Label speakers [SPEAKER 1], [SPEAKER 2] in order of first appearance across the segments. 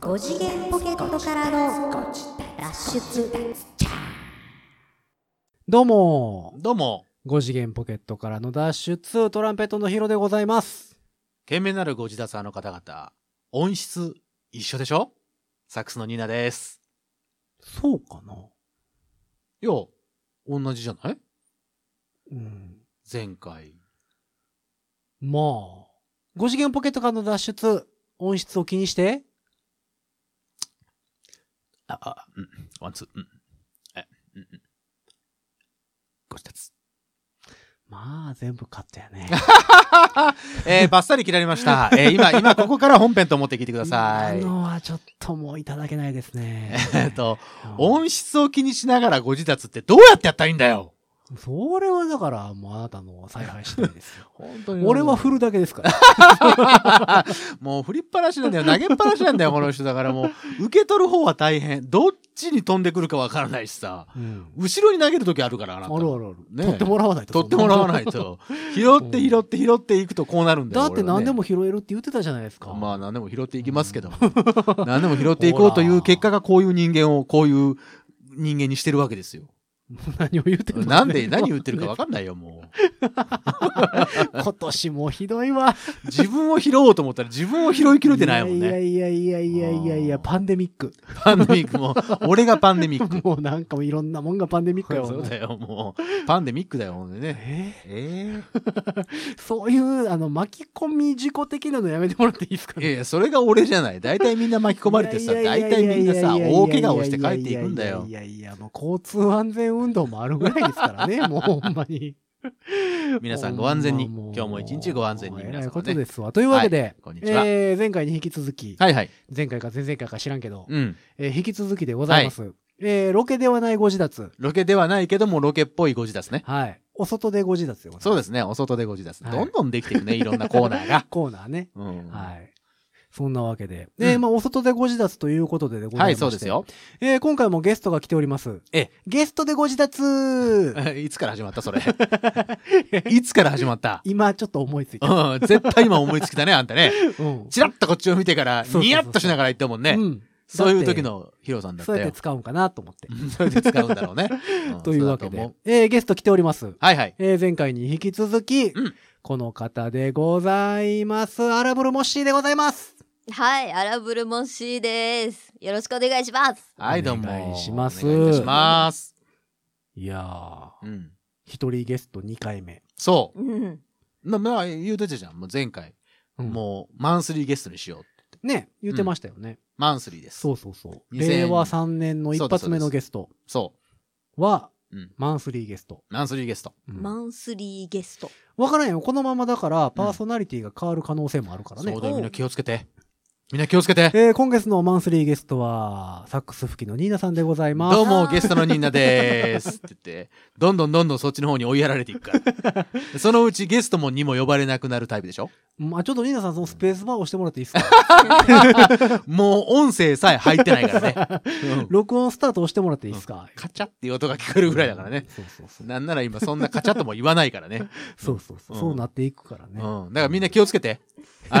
[SPEAKER 1] 5次元ポケットからの脱出
[SPEAKER 2] どうも
[SPEAKER 3] どうも、
[SPEAKER 2] 5次元ポケットからの脱出トランペットのヒロでございます
[SPEAKER 3] 懸命なるご自宅の方々、音質一緒でしょサックスのニーナです。
[SPEAKER 2] そうかな
[SPEAKER 3] いや、同じじゃない
[SPEAKER 2] うん
[SPEAKER 3] 前回。
[SPEAKER 2] まあ5次元ポケットからの脱出音質を気にして
[SPEAKER 3] あ、あ、うん、ワンツー、うん。え、うん、うん。ご自宅。
[SPEAKER 2] まあ全部カットや ね
[SPEAKER 3] えー、バッサリ切られま した。えー、今、今、ここから本編と思って聞いてくださ
[SPEAKER 2] 今
[SPEAKER 3] い。
[SPEAKER 2] のはちょっともういただけないです ね
[SPEAKER 3] えっと、
[SPEAKER 2] うん
[SPEAKER 3] 音質を気にしながらご自宅ってどうやってやったらいいんだよ
[SPEAKER 2] それはだからもうあなたの采配次第です よ
[SPEAKER 3] 本当
[SPEAKER 2] 俺は振るだけですから
[SPEAKER 3] もう振りっぱなしなんだよ。投げっぱなしなんだよ、この人。だからもう、受け取る方は大変。どっちに飛んでくるかわからないしさ。
[SPEAKER 2] うん
[SPEAKER 3] 後ろに投げる時あるから、あ
[SPEAKER 2] あ
[SPEAKER 3] な
[SPEAKER 2] る
[SPEAKER 3] た。
[SPEAKER 2] あるある、
[SPEAKER 3] ねえ
[SPEAKER 2] 取ってもらわないと
[SPEAKER 3] 取ってもらわないと。拾って拾って拾っていくとこうなるんだよ。
[SPEAKER 2] だって
[SPEAKER 3] 俺は
[SPEAKER 2] 何
[SPEAKER 3] ね
[SPEAKER 2] でも拾えるって言ってたじゃないですか、
[SPEAKER 3] まあ何でも拾っていきますけども。何でも拾っていこうという結果がこういう人間を、こういう人間にしてるわけですよ。
[SPEAKER 2] 何を言ってるの
[SPEAKER 3] なん で、何言ってるかわかんないよ、もう。
[SPEAKER 2] 今年もひどいわ。
[SPEAKER 3] 自分を拾おうと思ったら自分を拾いきれてないもん
[SPEAKER 2] いや
[SPEAKER 3] ね。
[SPEAKER 2] いやいやいやいやいや、
[SPEAKER 3] うん
[SPEAKER 2] パンデミック。
[SPEAKER 3] パンデミックも、俺がパンデミック。
[SPEAKER 2] もうなんかもういろんなもんがパンデミックや
[SPEAKER 3] そう
[SPEAKER 2] わ。
[SPEAKER 3] だよ、もう。パンデミックだよ、ほんでね。
[SPEAKER 2] え
[SPEAKER 3] え
[SPEAKER 2] ーそういう、あの、巻き込み事故的なのやめてもらっていいですか
[SPEAKER 3] えいやいや、それが俺じゃない。大体みんな巻き込まれてさ、
[SPEAKER 2] いやい
[SPEAKER 3] 大
[SPEAKER 2] やい
[SPEAKER 3] 体
[SPEAKER 2] や
[SPEAKER 3] み
[SPEAKER 2] い
[SPEAKER 3] ん
[SPEAKER 2] や
[SPEAKER 3] ない
[SPEAKER 2] や
[SPEAKER 3] さ、
[SPEAKER 2] いや
[SPEAKER 3] 大怪我をして帰っていくんだよ
[SPEAKER 2] い。やいやいや、もう交通安全運動もあるぐらいですから ね、もうほんまに。
[SPEAKER 3] 皆さんご安全に。
[SPEAKER 2] ほんま
[SPEAKER 3] 今日も一日ご安全に
[SPEAKER 2] もうえ
[SPEAKER 3] 皆
[SPEAKER 2] らい
[SPEAKER 3] さん
[SPEAKER 2] こ
[SPEAKER 3] は
[SPEAKER 2] と
[SPEAKER 3] ね。
[SPEAKER 2] ですわ。というわけで、
[SPEAKER 3] こんにちは。
[SPEAKER 2] えー前回に引き続き、
[SPEAKER 3] はいはい。
[SPEAKER 2] 前回か前々回か知らんけど、
[SPEAKER 3] うん。
[SPEAKER 2] えー引き続きでございます。えーロケではないご自立。
[SPEAKER 3] ロケではないけども、ロケっぽいご自宅ね。
[SPEAKER 2] はい。お外でご自立でございます。
[SPEAKER 3] そうですね。お外でご自宅。
[SPEAKER 2] はい。
[SPEAKER 3] どんどんできていくね。いろんなコーナーが
[SPEAKER 2] コーナーね。
[SPEAKER 3] うん。は
[SPEAKER 2] はい。そんなわけで。で、
[SPEAKER 3] うん
[SPEAKER 2] まあ、お外でご自立ということででご
[SPEAKER 3] い、
[SPEAKER 2] ざいまして
[SPEAKER 3] そうです。よ。
[SPEAKER 2] えー今回もゲストが来ております。
[SPEAKER 3] え
[SPEAKER 2] ゲストでご自立
[SPEAKER 3] いつから始まったそれ。 いつから始まった
[SPEAKER 2] 今、ちょっと思いついた。
[SPEAKER 3] うん。絶対今思いつきたね、あんたね。
[SPEAKER 2] うん。
[SPEAKER 3] チラッとこっちを見てか ら、
[SPEAKER 2] そうそうそうそう
[SPEAKER 3] ニヤッとしながら言ったもんね
[SPEAKER 2] う。ん。
[SPEAKER 3] そういう時のヒロさんだっ
[SPEAKER 2] そ
[SPEAKER 3] た
[SPEAKER 2] うやっ
[SPEAKER 3] よ
[SPEAKER 2] て。使うんかなと思って。
[SPEAKER 3] うんそれで使うんだろ うね。ん
[SPEAKER 2] というわけ。
[SPEAKER 3] そだ思
[SPEAKER 2] で
[SPEAKER 3] う。
[SPEAKER 2] えーゲスト来ております。
[SPEAKER 3] はいはい。
[SPEAKER 2] えー前回に引き続き、
[SPEAKER 3] うん
[SPEAKER 2] この方でございます。アラブルモッシーでございます。
[SPEAKER 1] はい、アラブルモッシーです。よろしくお願いします。
[SPEAKER 3] はい、どうも。
[SPEAKER 2] お願いします
[SPEAKER 3] お願いいたします。
[SPEAKER 2] いやー、
[SPEAKER 3] うん。
[SPEAKER 2] 一人ゲスト2回目。
[SPEAKER 3] そう。
[SPEAKER 1] うん。
[SPEAKER 3] まあ、まあ、言うてたじゃん。もう前回。もう、マンスリーゲストにしよう。
[SPEAKER 2] うん。ね、言ってましたよね。
[SPEAKER 3] マンスリーです。
[SPEAKER 2] そうそうそう。
[SPEAKER 3] 2000
[SPEAKER 2] 令和3年の一発目のゲスト
[SPEAKER 3] そ
[SPEAKER 2] は、
[SPEAKER 3] う。うん。
[SPEAKER 2] マンスリーゲスト。
[SPEAKER 3] マンスリーゲスト。
[SPEAKER 2] うん
[SPEAKER 1] マンスリーゲスト。
[SPEAKER 2] わからんよ。このままだから、パーソナリティが変わる可能性もあるからね
[SPEAKER 3] そう。だよ、みんな気をつけて。みんな気をつけて。
[SPEAKER 2] えー今月のマンスリーゲストは、サックス吹きのニーナさんでございます。
[SPEAKER 3] どうも、ゲストのニーナでーす。って言 って、どんどんどんどんそっちの方に追いやられていくから。そのうちゲストもにも呼ばれなくなるタイプでしょ
[SPEAKER 2] まあちょっとニーナさん、そのスペースバーを押してもらっていいですか
[SPEAKER 3] もう音声さえ入ってないか らね。うん
[SPEAKER 2] 録音スタート押してもらっていいですか、
[SPEAKER 3] カチャっていう音が聞こえるぐらいだからね。
[SPEAKER 2] そうそうそう。
[SPEAKER 3] なんなら今そんなカチャとも言わないか らね。
[SPEAKER 2] そうそうそう。
[SPEAKER 3] うん
[SPEAKER 2] そうなっていくからね。
[SPEAKER 3] うん。だからみんな気をつけて。あ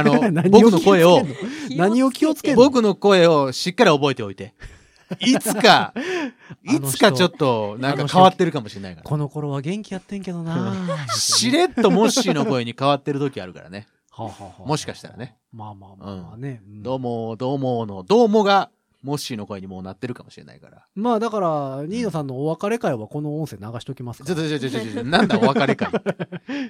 [SPEAKER 3] の
[SPEAKER 2] 何、を
[SPEAKER 3] 僕の声を
[SPEAKER 2] 気をつけんの、何を気をつけんの
[SPEAKER 3] 僕の声をしっかり覚えておいて。い つか、いつかちょっと、なんか変わってるかもしれないから。
[SPEAKER 2] この頃は元気やってんけど な
[SPEAKER 3] しれっとモッシーの声に変わってる時あるからね。
[SPEAKER 2] はあはあはあ
[SPEAKER 3] もしかしたらね。
[SPEAKER 2] まあまあまあまあね。うん
[SPEAKER 3] どうも、どうもの、どうもが、モッシーの声にもうなってるかもしれないから。
[SPEAKER 2] まあだから、ニーナさんのお別れ会はこの音声流しときますか
[SPEAKER 3] ちょ
[SPEAKER 2] ら。
[SPEAKER 3] っと、ちょ、ちょ、ちょ、ちょ、なんだお別れ会。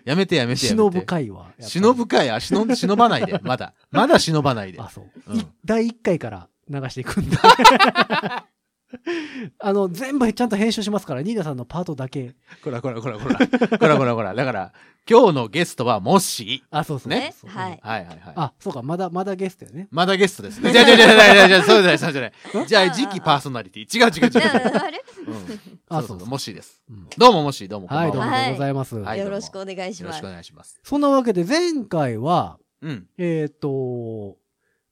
[SPEAKER 3] やめてやめてや
[SPEAKER 2] 忍
[SPEAKER 3] め
[SPEAKER 2] ぶ
[SPEAKER 3] て。
[SPEAKER 2] 会は。
[SPEAKER 3] 忍ぶ会、あ、忍忍ばないで、まだ。まだ忍ばないで。
[SPEAKER 2] あ、そう。
[SPEAKER 3] うん
[SPEAKER 2] い第1回から流していく んだ。あの、全部ちゃんと編集しますから、ニーナさんのパートだけ。
[SPEAKER 3] こらこらこらこら。こらこらこら。だから、今日のゲストはモッシ
[SPEAKER 2] あ、そうそう。
[SPEAKER 3] ね
[SPEAKER 2] そう
[SPEAKER 1] はい
[SPEAKER 3] ー。。はいはいはい。
[SPEAKER 2] あ、そうか、まだ、まだゲストよね。
[SPEAKER 3] まだゲストですね。じゃあじゃあじゃあじゃあじゃあそうじゃない、そうじゃない。じゃあ次期パーソナリティ。違う違う
[SPEAKER 1] じゃ
[SPEAKER 3] 違う。
[SPEAKER 1] ああれ、
[SPEAKER 3] うん
[SPEAKER 2] あ、
[SPEAKER 3] そ
[SPEAKER 2] そうう
[SPEAKER 3] そ、
[SPEAKER 2] そうう。
[SPEAKER 3] モッシーです。
[SPEAKER 2] うん
[SPEAKER 3] どうも、モッシー、どうも。こんば
[SPEAKER 2] はい、
[SPEAKER 3] ん
[SPEAKER 2] どう
[SPEAKER 3] は
[SPEAKER 2] も
[SPEAKER 1] はい
[SPEAKER 2] でございます。
[SPEAKER 3] はい
[SPEAKER 1] よろしくお願いし
[SPEAKER 3] よろ
[SPEAKER 1] ま
[SPEAKER 3] し
[SPEAKER 1] す
[SPEAKER 3] くお。願いします。
[SPEAKER 2] そんなわけで、前回は、
[SPEAKER 3] うん。
[SPEAKER 2] えっ、と、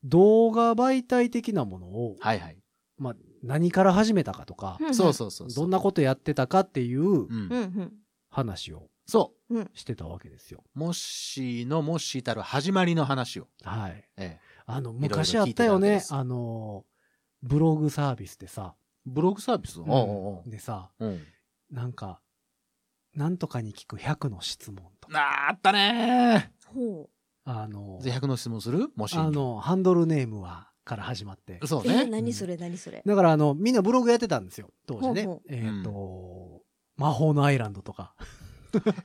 [SPEAKER 2] 動画媒体的なものを、
[SPEAKER 3] はいはい。
[SPEAKER 2] まあ、何から始めたかとか、
[SPEAKER 1] うん
[SPEAKER 3] そうそうそうそう。
[SPEAKER 2] どんなことやってたかっていう
[SPEAKER 3] うん
[SPEAKER 1] うんうん。
[SPEAKER 2] 話を
[SPEAKER 3] そ
[SPEAKER 2] してたわけですよ。
[SPEAKER 3] う。モッシーのモッシーたる始まりの話を。
[SPEAKER 2] はい。
[SPEAKER 3] ええ
[SPEAKER 2] あの、
[SPEAKER 3] いろいろ
[SPEAKER 2] 昔あったよね
[SPEAKER 3] 聞いて。た
[SPEAKER 2] あの、ブログサービスでさ、
[SPEAKER 3] ブログサービス
[SPEAKER 2] うんでさ、
[SPEAKER 3] うんうん
[SPEAKER 2] なんか、なんとかに聞く100の質問とか、
[SPEAKER 3] あーあったね
[SPEAKER 1] ほ
[SPEAKER 2] あの
[SPEAKER 3] ー。、じゃあ100の質問するもし。
[SPEAKER 2] あの、ハンドルネームは、から始まって。
[SPEAKER 3] そう
[SPEAKER 1] う。
[SPEAKER 3] ね。
[SPEAKER 1] え、何そ
[SPEAKER 3] れ。
[SPEAKER 1] れ何それ。
[SPEAKER 2] だからあの、みんなブログやってたんですよ、当時ね
[SPEAKER 1] ほうほ。
[SPEAKER 2] えっ、と、魔法のアイランドとか、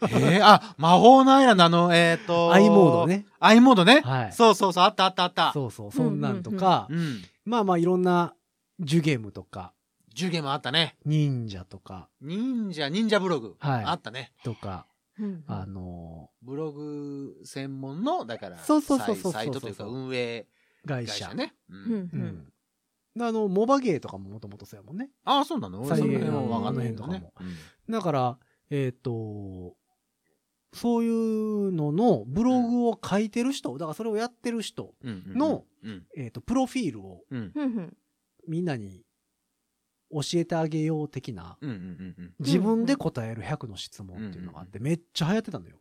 [SPEAKER 3] えー、あ、魔法のアイランド、あの、えっ、ー、と。
[SPEAKER 2] アイモード。ね。
[SPEAKER 3] アイモードね。
[SPEAKER 2] はい。
[SPEAKER 3] そうそうそう、あったあったあった。
[SPEAKER 2] そうそう、そんなんとか、
[SPEAKER 3] うん。
[SPEAKER 2] まあまあいろんな、ジュゲームとか、
[SPEAKER 3] ジュゲもあったね。
[SPEAKER 2] 忍者とか、
[SPEAKER 3] 忍者、忍者ブログ。
[SPEAKER 2] はい
[SPEAKER 3] あったね。
[SPEAKER 2] とか、
[SPEAKER 1] うん
[SPEAKER 2] あの
[SPEAKER 3] ブログ専門の、だから、
[SPEAKER 2] そうそうそうそうそう
[SPEAKER 3] サイサイトというか、運営
[SPEAKER 2] ー会
[SPEAKER 3] 会
[SPEAKER 2] 社。
[SPEAKER 3] 社ね。う。
[SPEAKER 1] うんん
[SPEAKER 2] う
[SPEAKER 1] うん
[SPEAKER 2] ん。あの、モバゲーとかももともとそうやもんね。
[SPEAKER 3] ああ、そうなの俺
[SPEAKER 2] 再
[SPEAKER 3] そ
[SPEAKER 2] 現
[SPEAKER 3] の辺は分かんな
[SPEAKER 2] あ
[SPEAKER 3] いんだ
[SPEAKER 2] の辺
[SPEAKER 3] ね
[SPEAKER 2] と。だから、えっ、と、そういうののブログを書いてる人、だからそれをやってる人、
[SPEAKER 3] うんうん
[SPEAKER 2] の、
[SPEAKER 3] うん。
[SPEAKER 2] えっ、と、プロフィールを
[SPEAKER 3] うん。
[SPEAKER 1] うんうん
[SPEAKER 2] みんなに教えてあげよう的な、
[SPEAKER 3] うんうんうんうん。
[SPEAKER 2] 自分で答える100の質問っていうのがあって、めっちゃ流行ってたのよ。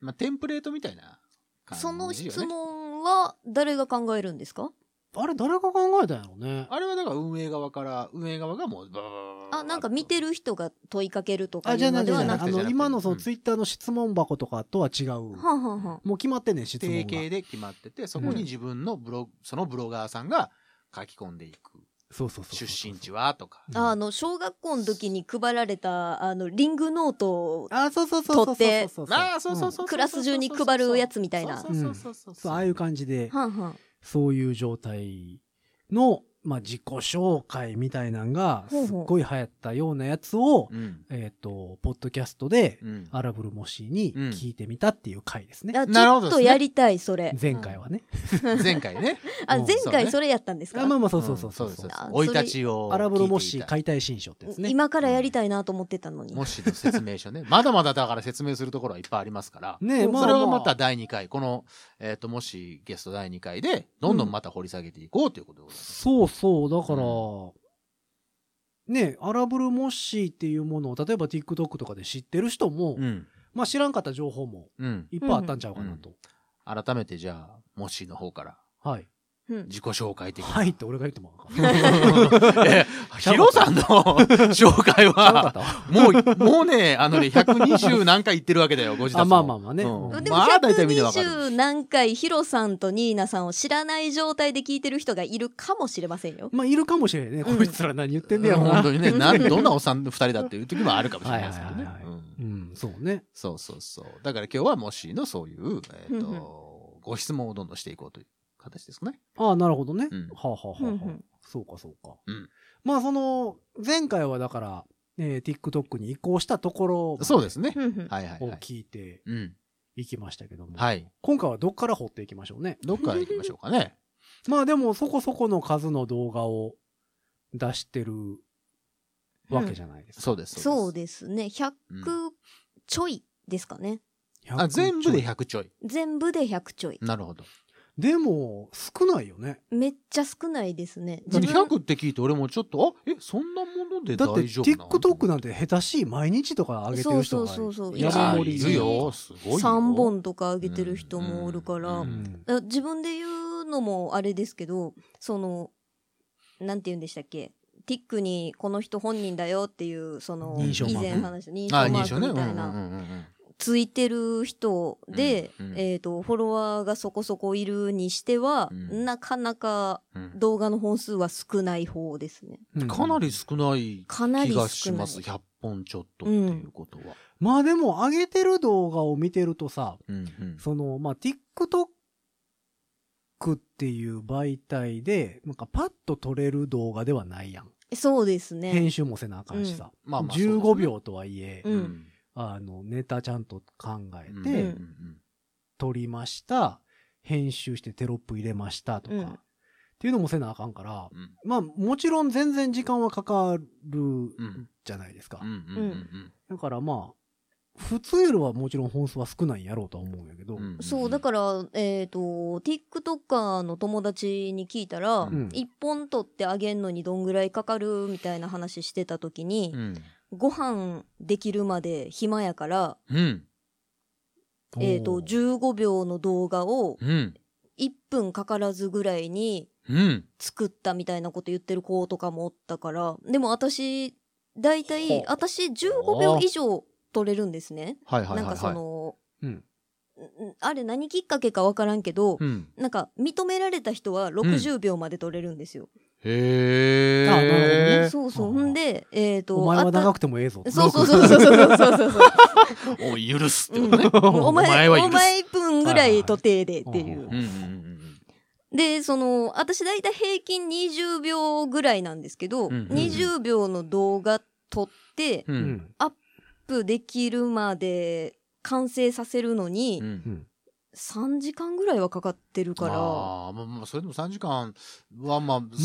[SPEAKER 3] まあ、テンプレートみたいな感じ
[SPEAKER 1] そ
[SPEAKER 3] よね。
[SPEAKER 1] の質問は誰が考えるんですか
[SPEAKER 2] あれ、誰が考えたんやろうね。
[SPEAKER 3] あれはだから運営側から、運営側がもうババババババ、
[SPEAKER 1] あ、なんか見てる人が問いかけるとか
[SPEAKER 2] あ、
[SPEAKER 1] い
[SPEAKER 2] じゃあ
[SPEAKER 1] う
[SPEAKER 2] な
[SPEAKER 1] の
[SPEAKER 2] い
[SPEAKER 1] で
[SPEAKER 2] じゃ
[SPEAKER 1] は
[SPEAKER 2] あない
[SPEAKER 1] な
[SPEAKER 3] く
[SPEAKER 2] あ
[SPEAKER 1] く
[SPEAKER 3] て
[SPEAKER 2] の、今のそうの
[SPEAKER 3] ん
[SPEAKER 2] ツイッターの質問箱とかとは違う。
[SPEAKER 1] はんはんはん。
[SPEAKER 2] もう決まってんねん、質問
[SPEAKER 3] 定
[SPEAKER 2] が
[SPEAKER 3] 型。で決まってて、そこ
[SPEAKER 1] うん
[SPEAKER 3] に自分のブログ、そのブロガーさんが書き込んでいく。
[SPEAKER 2] そうそうそうそう。
[SPEAKER 3] 出身地はとか。
[SPEAKER 2] うん。
[SPEAKER 1] あの、小学校の時に配られた、あの、リングノートを
[SPEAKER 2] あ、そうそうそうそうそうそうそう。
[SPEAKER 3] ああ、そうそ
[SPEAKER 2] う
[SPEAKER 3] う
[SPEAKER 2] ん
[SPEAKER 3] そう。
[SPEAKER 1] クラス中に配るやつみたいな
[SPEAKER 3] そうそうそうそう
[SPEAKER 2] そ、
[SPEAKER 3] そうう。
[SPEAKER 2] ああいう感じで、
[SPEAKER 1] はんはん。
[SPEAKER 2] そういう状態の、まあ、自己紹介みたいなんが、す
[SPEAKER 1] ほう
[SPEAKER 2] っ
[SPEAKER 1] ほう
[SPEAKER 2] ごい流行ったようなやつを、
[SPEAKER 3] うん。
[SPEAKER 2] えっと、ポッドキャストで、
[SPEAKER 3] うん。
[SPEAKER 2] アラブルモシーに
[SPEAKER 3] うん
[SPEAKER 2] 聞いてみたっていう回ですね。
[SPEAKER 1] あち
[SPEAKER 3] なるほ
[SPEAKER 1] ょ
[SPEAKER 3] ど
[SPEAKER 1] っ
[SPEAKER 3] で
[SPEAKER 1] と
[SPEAKER 3] すね
[SPEAKER 1] やりたい、それ。
[SPEAKER 2] 前回はね。
[SPEAKER 3] 前回ね。
[SPEAKER 1] あ、
[SPEAKER 2] うん
[SPEAKER 1] 前
[SPEAKER 3] そう
[SPEAKER 1] 回
[SPEAKER 3] ね
[SPEAKER 1] それやったんですか
[SPEAKER 2] あまあ まあ、そうそうそうそ
[SPEAKER 3] そう
[SPEAKER 2] う
[SPEAKER 3] です
[SPEAKER 2] そ
[SPEAKER 3] そううで。す
[SPEAKER 1] あ
[SPEAKER 3] 生い立ちを。
[SPEAKER 2] アラブルモシー
[SPEAKER 3] か
[SPEAKER 2] 解体新書ってやつね。
[SPEAKER 1] 今からやりたいなと思ってたのに。
[SPEAKER 3] もしの説明書ね。まだまだだから説明するところはいっぱいありますから。
[SPEAKER 2] ねえ、
[SPEAKER 1] そう
[SPEAKER 2] まあ
[SPEAKER 3] それはまた
[SPEAKER 2] あ
[SPEAKER 3] 第2回、この、えっと、もしゲスト第2回で、どんどんまた掘り下げていこうということでございます。
[SPEAKER 2] そうそう、だから、ねえ、アラブルモッシーっていうものを、例えば TikTok とかで知ってる人も、
[SPEAKER 3] うん。
[SPEAKER 2] まあ知らんかった情報も
[SPEAKER 3] うん。
[SPEAKER 2] いっぱいあったんちゃうかなと。
[SPEAKER 3] 改めてじゃあ、もしの方から
[SPEAKER 2] は
[SPEAKER 1] う
[SPEAKER 2] い。
[SPEAKER 1] ん
[SPEAKER 3] 自己紹介的な。
[SPEAKER 2] はいって俺が言ってもあかんかっ
[SPEAKER 3] えヒロさんの 紹
[SPEAKER 2] た。ちゃ
[SPEAKER 3] 介
[SPEAKER 2] うかっ
[SPEAKER 3] は、
[SPEAKER 2] たわ
[SPEAKER 3] もう、もうね、あのね、120何回言ってるわけだよ、ご自宅
[SPEAKER 2] あまあまあまあね
[SPEAKER 3] うん
[SPEAKER 2] うん
[SPEAKER 1] でも
[SPEAKER 3] まあ、大体みんなわかる。
[SPEAKER 1] 120何回ヒロさんとニーナさんを知らない状態で聞いてる人がいるかもしれませんよ。
[SPEAKER 2] まあいるかもしれないね。
[SPEAKER 1] うん
[SPEAKER 2] こいつら何言ってんねやろな
[SPEAKER 3] 本。当にね、なんどんなおっさん2人だっていう時もあるかもしれないですけどね
[SPEAKER 2] はいはいはい。は
[SPEAKER 3] う
[SPEAKER 2] い
[SPEAKER 3] ん
[SPEAKER 2] うん、そうね。
[SPEAKER 3] そうそうそう。だから今日はもしのそういう、えっ
[SPEAKER 1] うんうん
[SPEAKER 3] と、ご質問をどんどんしていこうという形ですかね。
[SPEAKER 2] ああ、なるほどね。
[SPEAKER 3] うん
[SPEAKER 2] はあ、はあはあ
[SPEAKER 1] う
[SPEAKER 2] は
[SPEAKER 1] んう
[SPEAKER 2] あ
[SPEAKER 1] ん
[SPEAKER 2] そうかそうか。
[SPEAKER 3] うん
[SPEAKER 2] まあその、前回はだから、えー、TikTok に移行したところまで
[SPEAKER 3] そうですね
[SPEAKER 1] う。んうん
[SPEAKER 3] はいはい
[SPEAKER 2] を
[SPEAKER 3] はい。
[SPEAKER 2] 聞いて
[SPEAKER 3] うん。
[SPEAKER 2] いきましたけども、
[SPEAKER 3] はい。
[SPEAKER 2] 今回はどっから掘っていきましょうね。
[SPEAKER 3] どっから行きましょうかね。
[SPEAKER 2] まあでもそこそこの数の動画を出してるわけじゃないですか。
[SPEAKER 3] そうです。
[SPEAKER 1] そう
[SPEAKER 3] で
[SPEAKER 1] ですね。100ちょいですかね。
[SPEAKER 3] す。あ、全部で
[SPEAKER 2] 100
[SPEAKER 3] 100ちょい。
[SPEAKER 1] 全部で100ちょい。
[SPEAKER 3] なるほど。
[SPEAKER 2] でも少ないよね。
[SPEAKER 1] めっちゃ少ないですね。
[SPEAKER 3] だって
[SPEAKER 1] 自分
[SPEAKER 3] 100って聞いて俺もちょっと、あ、え、そんなもので
[SPEAKER 2] だって
[SPEAKER 3] 大丈夫なの
[SPEAKER 2] TikTok なんて下手しい毎日とか上げてる人が
[SPEAKER 1] そうそうそうそう
[SPEAKER 3] いや
[SPEAKER 2] 山盛り
[SPEAKER 3] いるよ。すごいよ。
[SPEAKER 1] 3本とか上げてる人もおるから、
[SPEAKER 3] うんう
[SPEAKER 2] うんん
[SPEAKER 1] あ自分で言うのもあれですけど、その、なんて言うんでしたっけティックにこの人本人だよっていう、その、
[SPEAKER 2] 認証
[SPEAKER 1] 以
[SPEAKER 2] マーク
[SPEAKER 1] 前話した認証
[SPEAKER 3] あ、
[SPEAKER 1] マ
[SPEAKER 3] 認
[SPEAKER 1] ー
[SPEAKER 3] 証
[SPEAKER 1] ク
[SPEAKER 3] ね。
[SPEAKER 1] み
[SPEAKER 3] うんうん
[SPEAKER 1] たいな、ついてる人で、
[SPEAKER 3] うんうん
[SPEAKER 1] えっ、と、フォロワーがそこそこいるにしては、
[SPEAKER 3] うん
[SPEAKER 1] なかなか
[SPEAKER 3] うんうん
[SPEAKER 1] 動画の本数は少ない方ですね。
[SPEAKER 2] うん
[SPEAKER 3] かなり少ない
[SPEAKER 1] かなり
[SPEAKER 3] 気
[SPEAKER 1] 少な
[SPEAKER 3] が
[SPEAKER 1] い。
[SPEAKER 3] します。100本ちょっとっていうことは。
[SPEAKER 2] まあでも上げてる動画を見てるとさ、
[SPEAKER 3] うんうん
[SPEAKER 2] その、まあ、TikTok っていう媒体で、なんかパッと撮れる動画ではないやん。
[SPEAKER 1] そうですね。
[SPEAKER 2] 編集もせなあかんしさ。
[SPEAKER 3] まあまあそうですね
[SPEAKER 2] 15秒とはいえ、
[SPEAKER 1] うん
[SPEAKER 2] あの、ネタちゃんと考え
[SPEAKER 3] うん
[SPEAKER 2] て、
[SPEAKER 3] うん
[SPEAKER 2] 撮りました、編集してテロップ入れましたとか、
[SPEAKER 1] うん
[SPEAKER 2] っていうのもせなあかんから、
[SPEAKER 3] うん
[SPEAKER 2] まあ、もちろん全然時間はかかる
[SPEAKER 3] ん
[SPEAKER 2] じゃないですか。
[SPEAKER 3] うんうんうん
[SPEAKER 2] だからまあ、普通よりはもちろん本数は少ないんやろうとは思うんやけど、
[SPEAKER 3] うんうんん
[SPEAKER 1] そう、だから、えっ、と、TikToker の友達に聞いたら、
[SPEAKER 3] うん
[SPEAKER 1] 一本取ってあげんのにどんぐらいかかるみたいな話してた時に、
[SPEAKER 3] うん
[SPEAKER 1] ご飯できるまで暇やから、
[SPEAKER 3] うん
[SPEAKER 1] えっ、と、15秒の動画を
[SPEAKER 3] うん
[SPEAKER 1] 1分かからずぐらいに
[SPEAKER 3] うん。
[SPEAKER 1] 作ったみたいなこと言ってる子とかもおったから、でも私、だいた
[SPEAKER 3] ほう
[SPEAKER 1] い、私15秒以上取れるんですね。
[SPEAKER 3] はいはいはい、はい。
[SPEAKER 1] なんかその、
[SPEAKER 2] うん。
[SPEAKER 1] んあれ何きっかけかわからんけど、
[SPEAKER 3] うん。
[SPEAKER 1] なんか認められた人は60秒まで取れるんですよ。
[SPEAKER 3] へえ。
[SPEAKER 2] あなるほどね
[SPEAKER 1] そうそう。
[SPEAKER 2] あー
[SPEAKER 1] ほんで、えっ、と、
[SPEAKER 2] お前は
[SPEAKER 1] あ
[SPEAKER 2] 長くてもええぞ
[SPEAKER 1] た。そうそうそうそうそうそうそうそう。
[SPEAKER 3] ほどね。お許すってことね。
[SPEAKER 1] お前、
[SPEAKER 3] お前は
[SPEAKER 1] お
[SPEAKER 3] 許す。
[SPEAKER 1] 前1分ぐらいと手でってい
[SPEAKER 2] は
[SPEAKER 1] う
[SPEAKER 3] うん。うんうん
[SPEAKER 1] で、その、私だいたい平均20秒ぐらいなんですけど、
[SPEAKER 3] うんうんうん
[SPEAKER 1] 20秒の動画撮って、アッ
[SPEAKER 3] うん。う。
[SPEAKER 2] うんん。
[SPEAKER 1] プできるまで完成させるのに、
[SPEAKER 3] うん
[SPEAKER 1] 3時間ぐらいはかかってるから、
[SPEAKER 3] あーまあ、まあ、それでも3時間は、まあ、
[SPEAKER 2] まあ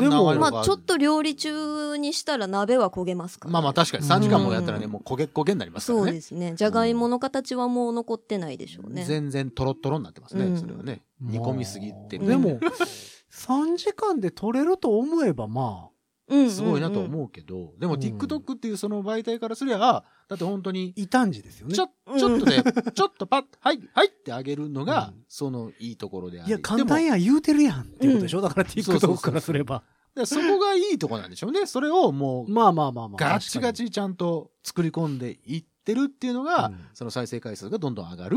[SPEAKER 2] でも
[SPEAKER 1] まあちょっ、と料理中にしたら鍋は焦げますから、
[SPEAKER 3] まあまあ確かに3時間もやったらね、
[SPEAKER 1] うん
[SPEAKER 3] もう焦げ焦げになりますか
[SPEAKER 1] そ
[SPEAKER 3] ら
[SPEAKER 1] う
[SPEAKER 3] ね。
[SPEAKER 1] ですね。じゃがいもの形はもう残ってないでしょうね。
[SPEAKER 3] 全然トロットロになってますね、
[SPEAKER 1] うん
[SPEAKER 3] それはね。煮込みすぎて
[SPEAKER 1] る
[SPEAKER 2] でも、3時間で撮れると思えば、まあ、
[SPEAKER 1] うんうんうん
[SPEAKER 3] すごいなと思うけど、でも
[SPEAKER 2] うん
[SPEAKER 3] TikTok っていうその媒体からすりゃ、あだって本当に、
[SPEAKER 2] 異端児ですよね
[SPEAKER 3] ち。ょ、ちょっとで、ちょっとパッ、はい、はいってあげるのが、
[SPEAKER 2] うん
[SPEAKER 3] そのいいところであり
[SPEAKER 2] いや、簡単
[SPEAKER 3] でも
[SPEAKER 2] や言うてるやんっていうことでしょだから
[SPEAKER 3] そうそうそう
[SPEAKER 2] TikTok からすれば。
[SPEAKER 3] でそこがいいとこなんでしょうね。それをもう、
[SPEAKER 2] まあまあまあまあ。
[SPEAKER 3] ガチガチちゃんと作り込んでいってるっていうの
[SPEAKER 2] う
[SPEAKER 3] が、
[SPEAKER 2] ん
[SPEAKER 3] その再生回数がどんどん上がる、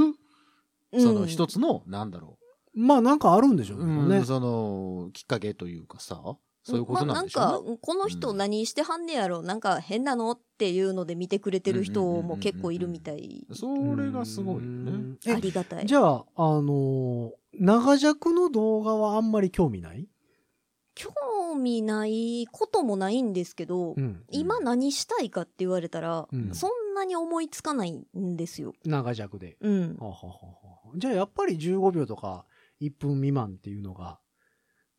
[SPEAKER 1] うん
[SPEAKER 3] その一つの、なんだろ
[SPEAKER 2] まあなんかあるんでしょ
[SPEAKER 3] う、
[SPEAKER 2] うけどね。
[SPEAKER 3] その、きっかけというかさ、そういうことなんでしょうね
[SPEAKER 1] まあ、なんか、この人何してはんねやろ、なんか変なのっていうので見てくれてる人も結構いるみたい。
[SPEAKER 3] それがすごいよね。
[SPEAKER 2] うん。
[SPEAKER 1] あ
[SPEAKER 2] え
[SPEAKER 1] りがたい。
[SPEAKER 2] じゃあ、あのー長尺の動画はあんまり興味ない
[SPEAKER 1] 興味ないこともないんですけど、
[SPEAKER 2] ん。
[SPEAKER 1] 今何したいかって言われたら、
[SPEAKER 2] うん
[SPEAKER 1] そんなに思いつかないんですよ。
[SPEAKER 2] 長尺で。
[SPEAKER 1] うん。
[SPEAKER 2] はあはあはあはあじゃあやっぱり15秒とか1分未満っていうのが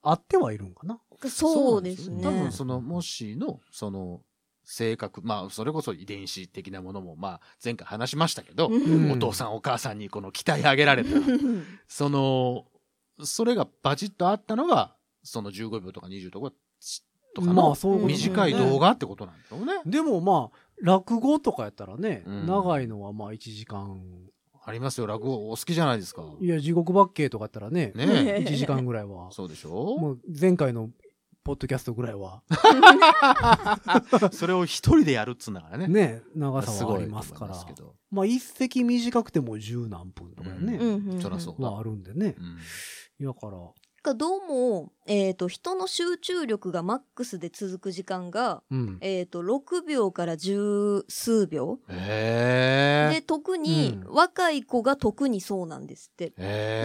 [SPEAKER 2] あってはいるんかな
[SPEAKER 1] そうです
[SPEAKER 3] そなんよ多
[SPEAKER 1] ね
[SPEAKER 3] 分。その、もしの、その、性格、まあ、それこそ遺伝子的なものも、まあ、前回話しましたけど、
[SPEAKER 2] ん
[SPEAKER 3] お父さんお母さんにこの鍛え上げられた、 その、それがバチッとあったのが、その15秒とか20とか、とかの、
[SPEAKER 2] まあそういうことだよね
[SPEAKER 3] 短い動画ってことなんだろうね。
[SPEAKER 2] でもまあ落語とかやったらね、
[SPEAKER 3] うん
[SPEAKER 2] 長いのはまあ1時間
[SPEAKER 3] ありますよ、落語お好きじゃないですか。
[SPEAKER 2] いや地獄ばっけとかやったらね
[SPEAKER 3] ねえ。
[SPEAKER 2] 1時間ぐらいは
[SPEAKER 3] そうでしょ
[SPEAKER 2] もう前回のポッドキャストぐらいは
[SPEAKER 3] それを一人でやるっつうんだからね。
[SPEAKER 2] ね長さ
[SPEAKER 3] す
[SPEAKER 2] は
[SPEAKER 3] ご
[SPEAKER 2] あ
[SPEAKER 3] い
[SPEAKER 2] りますから
[SPEAKER 3] と思いけど
[SPEAKER 2] まあ一席短くても十何分とかやね、
[SPEAKER 1] うんうんうん
[SPEAKER 3] そらそうだ。
[SPEAKER 2] はあるんでね
[SPEAKER 3] うん
[SPEAKER 2] だから
[SPEAKER 1] がどうも、えっ、と、人の集中力がマックスで続く時間が、
[SPEAKER 2] うん
[SPEAKER 1] えっ、と、6秒から十数秒。
[SPEAKER 3] へ
[SPEAKER 1] で、特に、
[SPEAKER 2] うん
[SPEAKER 1] 若い子が特にそうなんですって。
[SPEAKER 3] え。へ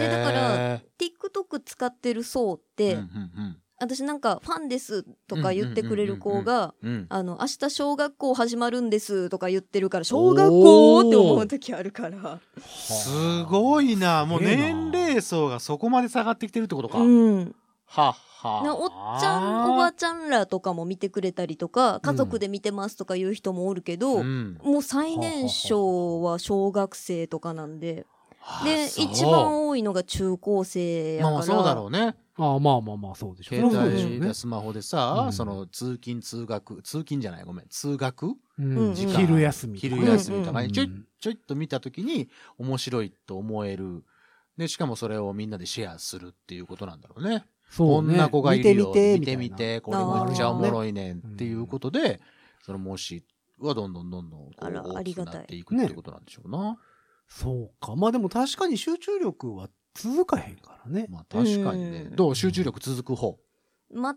[SPEAKER 3] え。
[SPEAKER 1] でだから、TikTok 使ってる層って、
[SPEAKER 3] うんうん
[SPEAKER 1] 私なんかファンですとか言ってくれる子が、
[SPEAKER 3] うんうん。
[SPEAKER 1] あの、明日小学校始まるんですとか言ってるから、小学校って思う時あるから。
[SPEAKER 3] すごいな。もう
[SPEAKER 2] すげえな
[SPEAKER 3] 年齢層がそこまで下がってきてるってことか。
[SPEAKER 1] うん。
[SPEAKER 3] はっは
[SPEAKER 1] なおっちゃん、おばちゃんらとかも見てくれたりとか、家族で見てますとか言う人もおるけど、
[SPEAKER 3] うん
[SPEAKER 1] もう最年少は小学生とかなんで、
[SPEAKER 3] はあ
[SPEAKER 1] で、
[SPEAKER 3] そう
[SPEAKER 1] 一番多いのが中高生や
[SPEAKER 3] ま
[SPEAKER 1] か
[SPEAKER 3] あ
[SPEAKER 1] ら。
[SPEAKER 3] まあそうだろうね。
[SPEAKER 2] ああまあまあまあそうでしょ
[SPEAKER 3] 携
[SPEAKER 2] そりゃそうでしょう
[SPEAKER 3] 帯
[SPEAKER 2] ね
[SPEAKER 3] でスマホでさ、
[SPEAKER 2] うん
[SPEAKER 3] その通勤通学、通勤じゃないごめん、通学
[SPEAKER 2] うん
[SPEAKER 1] 時間
[SPEAKER 2] 昼休みとかね
[SPEAKER 3] 昼休みとか
[SPEAKER 2] うん
[SPEAKER 3] にちょいちょいっと見たときに面白いと思える。で、しかもそれをみんなでシェアするっていうことなんだろうね。
[SPEAKER 2] そ
[SPEAKER 3] こ
[SPEAKER 2] うんね
[SPEAKER 3] な子がいるよ。
[SPEAKER 2] 見て
[SPEAKER 3] 見
[SPEAKER 2] みて
[SPEAKER 3] て
[SPEAKER 2] み
[SPEAKER 3] み
[SPEAKER 2] て
[SPEAKER 3] て、これめっちゃおもろいねん
[SPEAKER 2] あー
[SPEAKER 3] っていうことで、そのもしはどんどんどんどんこう
[SPEAKER 1] あらあ
[SPEAKER 3] 大
[SPEAKER 1] り
[SPEAKER 3] きく
[SPEAKER 1] がたい
[SPEAKER 3] なっていくっていうことなんでしょうな。
[SPEAKER 2] そうかまあでも確かに集中力は続かへんからね
[SPEAKER 3] まあ確かにね
[SPEAKER 1] う。ん
[SPEAKER 3] どう集中力続く方。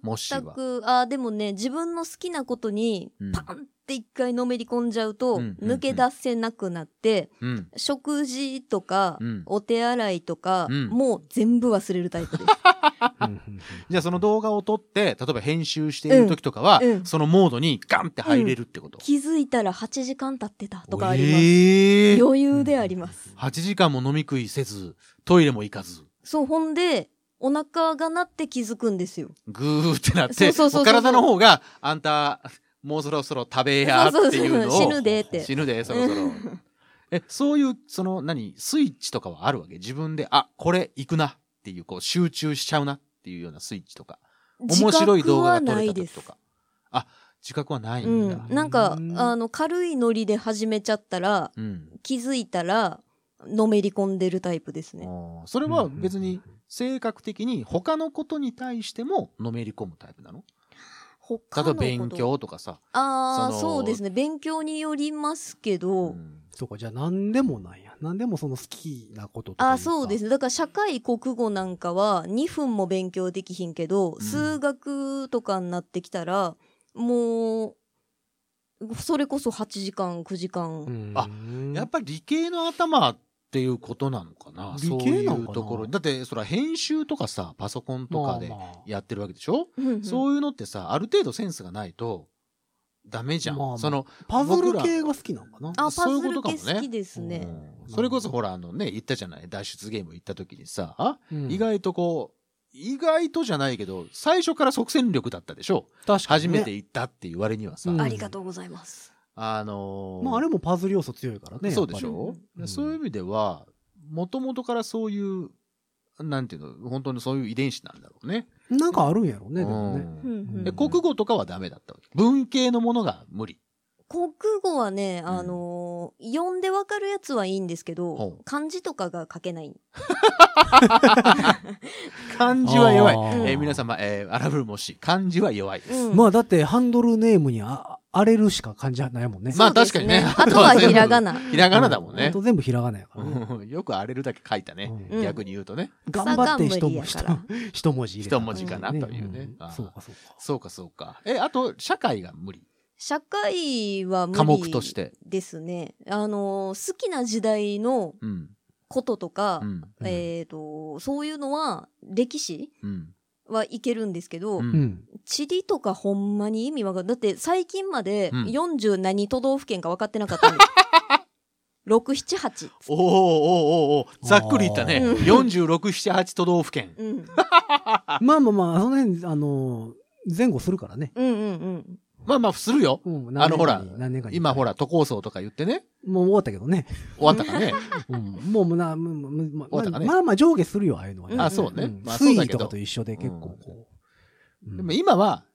[SPEAKER 3] もし
[SPEAKER 1] 全
[SPEAKER 3] は
[SPEAKER 1] く、あーでもね、自分の好きなことに
[SPEAKER 3] うん、
[SPEAKER 1] パンって一回のめり込んじゃうと、
[SPEAKER 3] うん
[SPEAKER 1] 抜け出せなくなって、
[SPEAKER 3] うん。
[SPEAKER 1] 食事とか、
[SPEAKER 3] うん
[SPEAKER 1] お手洗いとか、
[SPEAKER 3] うん
[SPEAKER 1] もう全部忘れるタイプです。
[SPEAKER 3] じゃあその動画を撮って、例えば編集している時とかは、
[SPEAKER 1] うんうん
[SPEAKER 3] そのモードにガンって入れるってこと。
[SPEAKER 1] 気づいたら8時間経ってたとかあります。
[SPEAKER 3] ええ
[SPEAKER 1] 余裕であります。
[SPEAKER 3] 8時間も飲み食いせず、トイレも行かず、
[SPEAKER 1] そう、ほんで、お腹がなって気づくんですよ。
[SPEAKER 3] ぐーってなって、
[SPEAKER 1] そうそうそうそう
[SPEAKER 3] も体の方が、あんた、もうそろそろ食べやっていうのを。
[SPEAKER 1] 死ぬでって。
[SPEAKER 3] 死ぬで、そろそろ。え、そういう、その、何、スイッチとかはあるわけ自分で、あ、これ行くなっていう、こう、集中しちゃうなっていうようなスイッチとか。面白い動画が撮れた時とか。あ、自覚はない
[SPEAKER 1] 自
[SPEAKER 3] ん
[SPEAKER 1] 覚は
[SPEAKER 3] だ。
[SPEAKER 1] ないです。うん。なんか、
[SPEAKER 2] うん
[SPEAKER 1] あの、軽いノリで始めちゃったら、
[SPEAKER 3] うん。
[SPEAKER 1] 気づいたら、のめり込んでるタイプですね。
[SPEAKER 3] あーそれは別に、性格的に他のことに対してものめり込むタイプなの
[SPEAKER 1] 他
[SPEAKER 3] 例え
[SPEAKER 1] の
[SPEAKER 3] ば
[SPEAKER 1] こと
[SPEAKER 3] 勉強とかさ、
[SPEAKER 1] ああ
[SPEAKER 3] その
[SPEAKER 1] そうですね勉強によりますけ
[SPEAKER 3] う
[SPEAKER 1] ど、
[SPEAKER 3] ん
[SPEAKER 2] そうか、じゃあ何でもなんや。何でもその好きなこととかいうか。
[SPEAKER 1] あそうですねだから社会国語なんかは2分も勉強できひんけど、
[SPEAKER 3] ん
[SPEAKER 1] 数学とかになってきたらもうそれこそ8時間9時間、
[SPEAKER 2] うん。
[SPEAKER 3] あやっぱり理系の頭っていうことなのかな
[SPEAKER 2] 理
[SPEAKER 3] そう
[SPEAKER 2] 系
[SPEAKER 3] い
[SPEAKER 2] なのかな
[SPEAKER 3] うところにだってそら編集とかさパソコンとかで
[SPEAKER 2] まあまあ
[SPEAKER 3] やってるわけでしょ、
[SPEAKER 1] うんうん
[SPEAKER 3] そういうのってさある程度センスがないとダメじゃん、
[SPEAKER 2] まあまあ
[SPEAKER 3] その
[SPEAKER 2] パズル系が好きなのかな
[SPEAKER 1] あパ
[SPEAKER 3] そういう
[SPEAKER 1] ズ
[SPEAKER 3] こ
[SPEAKER 1] ル
[SPEAKER 3] とかも
[SPEAKER 1] 系
[SPEAKER 3] ね
[SPEAKER 1] 好きですね
[SPEAKER 3] うんそれこそほらあのね言ったじゃない脱出ゲーム行った時にさ、あ
[SPEAKER 2] うん
[SPEAKER 3] 意外とこう意外とじゃないけど最初から即戦力だったでしょ
[SPEAKER 2] 確かに
[SPEAKER 3] 初
[SPEAKER 2] ね
[SPEAKER 3] めて行ったっていう割にはさ、
[SPEAKER 2] うん
[SPEAKER 1] ありがとうございます、
[SPEAKER 3] あのー
[SPEAKER 2] まああれもパズル要素強いからね。
[SPEAKER 3] そうでし
[SPEAKER 2] やっぱ
[SPEAKER 3] ょ、
[SPEAKER 1] うん
[SPEAKER 3] そういう意味ではもともとからそういうなんていうの本当にそういう遺伝子なんだろうね。
[SPEAKER 2] りなんかあるんやろうね、でも
[SPEAKER 3] う
[SPEAKER 2] ね。
[SPEAKER 3] ん
[SPEAKER 1] うんうん
[SPEAKER 3] で国語とかはダメだったわけ文系のものが無理。
[SPEAKER 1] 国語はね、
[SPEAKER 3] ん
[SPEAKER 1] あのー読んでわかるやつはいいんですけ
[SPEAKER 3] ほ
[SPEAKER 1] ど
[SPEAKER 3] う
[SPEAKER 1] 漢字とかが書けない
[SPEAKER 3] 漢字は弱い
[SPEAKER 2] あ。ー
[SPEAKER 3] えー皆様、えー、荒ぶるもし漢字は弱いです。
[SPEAKER 1] うん
[SPEAKER 2] まあだってハンドルネームにあ荒れるしか感じはないもんね。
[SPEAKER 3] まあ
[SPEAKER 1] そうです
[SPEAKER 3] 確か
[SPEAKER 1] あ
[SPEAKER 3] にね
[SPEAKER 1] とはひらがな。
[SPEAKER 3] ひらがなだもん
[SPEAKER 2] うほ
[SPEAKER 3] ね
[SPEAKER 2] と。全部ひらがなやからね。
[SPEAKER 3] うんよく荒れるだけ書いたね。
[SPEAKER 1] うん
[SPEAKER 3] 逆に言うとね。
[SPEAKER 2] 頑張って
[SPEAKER 1] 草
[SPEAKER 2] 一
[SPEAKER 1] 冠
[SPEAKER 2] 文
[SPEAKER 1] や
[SPEAKER 2] 字
[SPEAKER 1] から。
[SPEAKER 2] 一文字入れた
[SPEAKER 3] 一文字かなというね
[SPEAKER 2] ん
[SPEAKER 3] あー
[SPEAKER 2] そうかそうか。
[SPEAKER 3] そうかそうか。え、あと、社会が無理。
[SPEAKER 1] 社会は無理
[SPEAKER 3] 科目として。
[SPEAKER 1] ですね。あのー好きな時代の
[SPEAKER 3] うん。
[SPEAKER 1] こととか
[SPEAKER 3] う、ん。
[SPEAKER 1] えっ、と、そういうのは、歴史
[SPEAKER 3] うん。
[SPEAKER 1] はいけるんですけど、
[SPEAKER 2] う
[SPEAKER 3] う。
[SPEAKER 2] んん。
[SPEAKER 1] 地理とかほんまに意味わかんない。だって最近まで
[SPEAKER 3] うん
[SPEAKER 1] 40何都道府県か分かってなか ったの。6、7、8。
[SPEAKER 3] おーおーおーおーざっくり言ったね。
[SPEAKER 1] うん
[SPEAKER 3] 46、7、8都道府県。
[SPEAKER 1] うん。
[SPEAKER 2] まあまあまあ、その辺、あのー、前後するからね。
[SPEAKER 1] うんうん
[SPEAKER 3] まあまあ、するよ。
[SPEAKER 2] うん
[SPEAKER 3] あのほら、
[SPEAKER 2] 何年かに
[SPEAKER 3] 今ほ。ら、都構想とか言ってね。
[SPEAKER 2] もう終わったけどね。
[SPEAKER 3] 終わったかね。
[SPEAKER 2] うんもうもうな、もうもうもう
[SPEAKER 3] 終わったかね
[SPEAKER 2] まあまあ上下するよ、ああいうのはね。
[SPEAKER 3] あ、そうね。
[SPEAKER 2] うん
[SPEAKER 3] まあ、そう
[SPEAKER 2] 推
[SPEAKER 3] だ
[SPEAKER 2] 移
[SPEAKER 3] け
[SPEAKER 2] とか
[SPEAKER 3] ど
[SPEAKER 2] と。一緒で結構こう。
[SPEAKER 3] でも
[SPEAKER 2] い
[SPEAKER 3] 今は、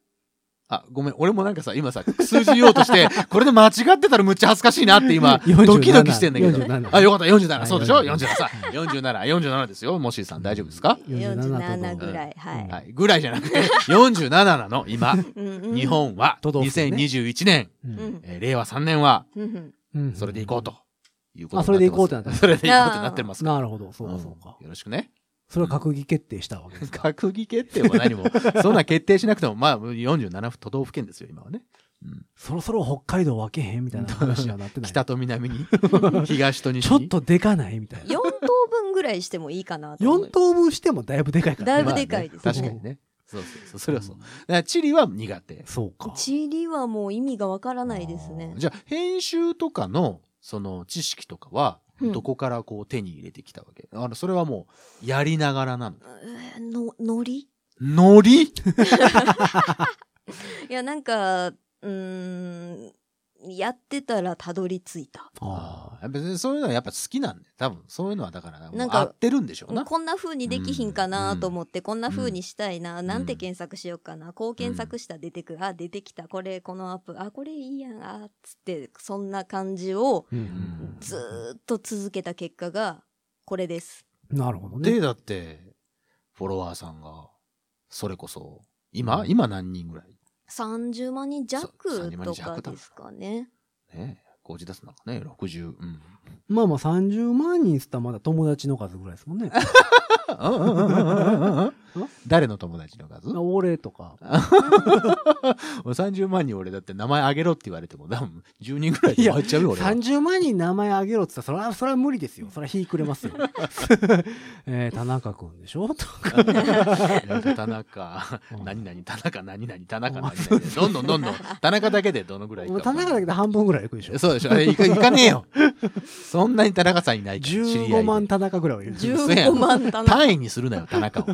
[SPEAKER 3] あ、ごめん、俺もなんかさ、今さ、数字言おうとして、これで間違ってたらむっちゃ恥ずかしいなっ て今、
[SPEAKER 2] 47
[SPEAKER 3] ドキドキしてんだけど。
[SPEAKER 2] 47
[SPEAKER 3] あ、よかった、47、
[SPEAKER 2] い
[SPEAKER 3] そうでしょ ?47
[SPEAKER 2] 47
[SPEAKER 3] さ。47、47ですよ、モッシーさん、大丈夫ですか
[SPEAKER 1] うん。47ぐらい。は
[SPEAKER 2] う
[SPEAKER 1] い。
[SPEAKER 2] ん
[SPEAKER 3] はい。ぐらいじゃなくて、47なの、今。
[SPEAKER 1] うんうん
[SPEAKER 3] 日。本は、
[SPEAKER 2] 都道府県ね
[SPEAKER 3] 2021年、
[SPEAKER 1] う
[SPEAKER 2] うん
[SPEAKER 1] ん
[SPEAKER 3] えー令和3年は、
[SPEAKER 1] うん
[SPEAKER 2] うん
[SPEAKER 3] それでいこうと。いうこと
[SPEAKER 2] あそれで行こうって
[SPEAKER 3] な
[SPEAKER 2] な
[SPEAKER 3] っ
[SPEAKER 2] ってた
[SPEAKER 3] ます。それで行こうってなってますから。
[SPEAKER 2] なるほど、そうかそうか
[SPEAKER 3] ん。よろしくね。
[SPEAKER 2] それは閣議決定したわけ ですか。
[SPEAKER 3] 閣議決定 も何も、そんな決定しなくても、まあ、47都道府県ですよ、今はね。うん
[SPEAKER 2] そろそろ北海道分けへんみたいな話にはなってない。
[SPEAKER 3] 北と南 に、東と西
[SPEAKER 2] ちょ
[SPEAKER 3] に
[SPEAKER 2] っ。とでかないみたいな。
[SPEAKER 1] 4等分ぐらいしてもいいかなと思いま
[SPEAKER 2] 4
[SPEAKER 1] す。
[SPEAKER 2] 等分してもだいぶでかいから
[SPEAKER 1] だ
[SPEAKER 2] ね。
[SPEAKER 1] いぶでかいです
[SPEAKER 3] ま
[SPEAKER 1] ね
[SPEAKER 3] あね確かにね。そうそうそう。それはそう。だから地理は苦手。
[SPEAKER 2] そうか。
[SPEAKER 1] 地理はもう意味がわからないですね
[SPEAKER 3] あー。じゃあ、編集とかの、その知識とかは、
[SPEAKER 1] うん
[SPEAKER 3] どこからこう手に入れてきたわけ、あの、それはもう、やりながらなの。
[SPEAKER 1] えーの、のり
[SPEAKER 3] ノリ
[SPEAKER 1] いや、なんか、うーん、やってたらたどり着いた。
[SPEAKER 2] あ
[SPEAKER 3] やっぱりそういうのはやっぱ好きなんで、多分そういうのはだから、も
[SPEAKER 1] な
[SPEAKER 3] うん
[SPEAKER 1] か
[SPEAKER 3] 合ってるんでしょうな。
[SPEAKER 1] こんな風にできひんかなと思って、こんな風にしたいな、
[SPEAKER 3] ん
[SPEAKER 1] なんて検索しようかな、こう検索したら出てくる、あ、出てきた、これ、このアップ、あ、これいいやん、あ、つって、そんな感じを
[SPEAKER 2] ーう
[SPEAKER 3] うん
[SPEAKER 2] ん
[SPEAKER 1] ずーっと続けた結果が、これです。
[SPEAKER 2] なるほど
[SPEAKER 3] で、
[SPEAKER 2] ね。
[SPEAKER 3] だって、フォロワーさんが、それこそ、今今何人ぐらい
[SPEAKER 1] 30万人弱
[SPEAKER 3] 30万人
[SPEAKER 1] と
[SPEAKER 3] 弱
[SPEAKER 1] か
[SPEAKER 3] だ
[SPEAKER 1] ですかね。
[SPEAKER 3] ねこうじ出すのかね、60。うん。
[SPEAKER 2] まあまあ30万人っつったらまだ友達の数ぐらいですもんね。
[SPEAKER 3] うんうんうんうんうんうん誰の友達の数
[SPEAKER 2] 俺とか。
[SPEAKER 3] 30万人俺だって名前あげろって言われても多分10人ぐらいで終わっちゃうよ俺は。
[SPEAKER 2] 30万人名前あげろって言ったら、それは、それは無理ですよ。それは日くれ ますよ。 えー、田中くんでしょとか。
[SPEAKER 3] なんか田中
[SPEAKER 2] う、ん
[SPEAKER 3] 何々、田中、何々、田中、何々。どんどんどんどん、田中だけでどのぐらい
[SPEAKER 2] も
[SPEAKER 3] か。
[SPEAKER 2] う田中だけで半分ぐらいいくでしょ。
[SPEAKER 3] そうでしょ。あれ、いかいかねえよ。そんなに田中さんいないから。知り合いで
[SPEAKER 2] 15万田中ぐらいはいる。
[SPEAKER 1] 15万だな。
[SPEAKER 3] 単位にするなよ、田中を。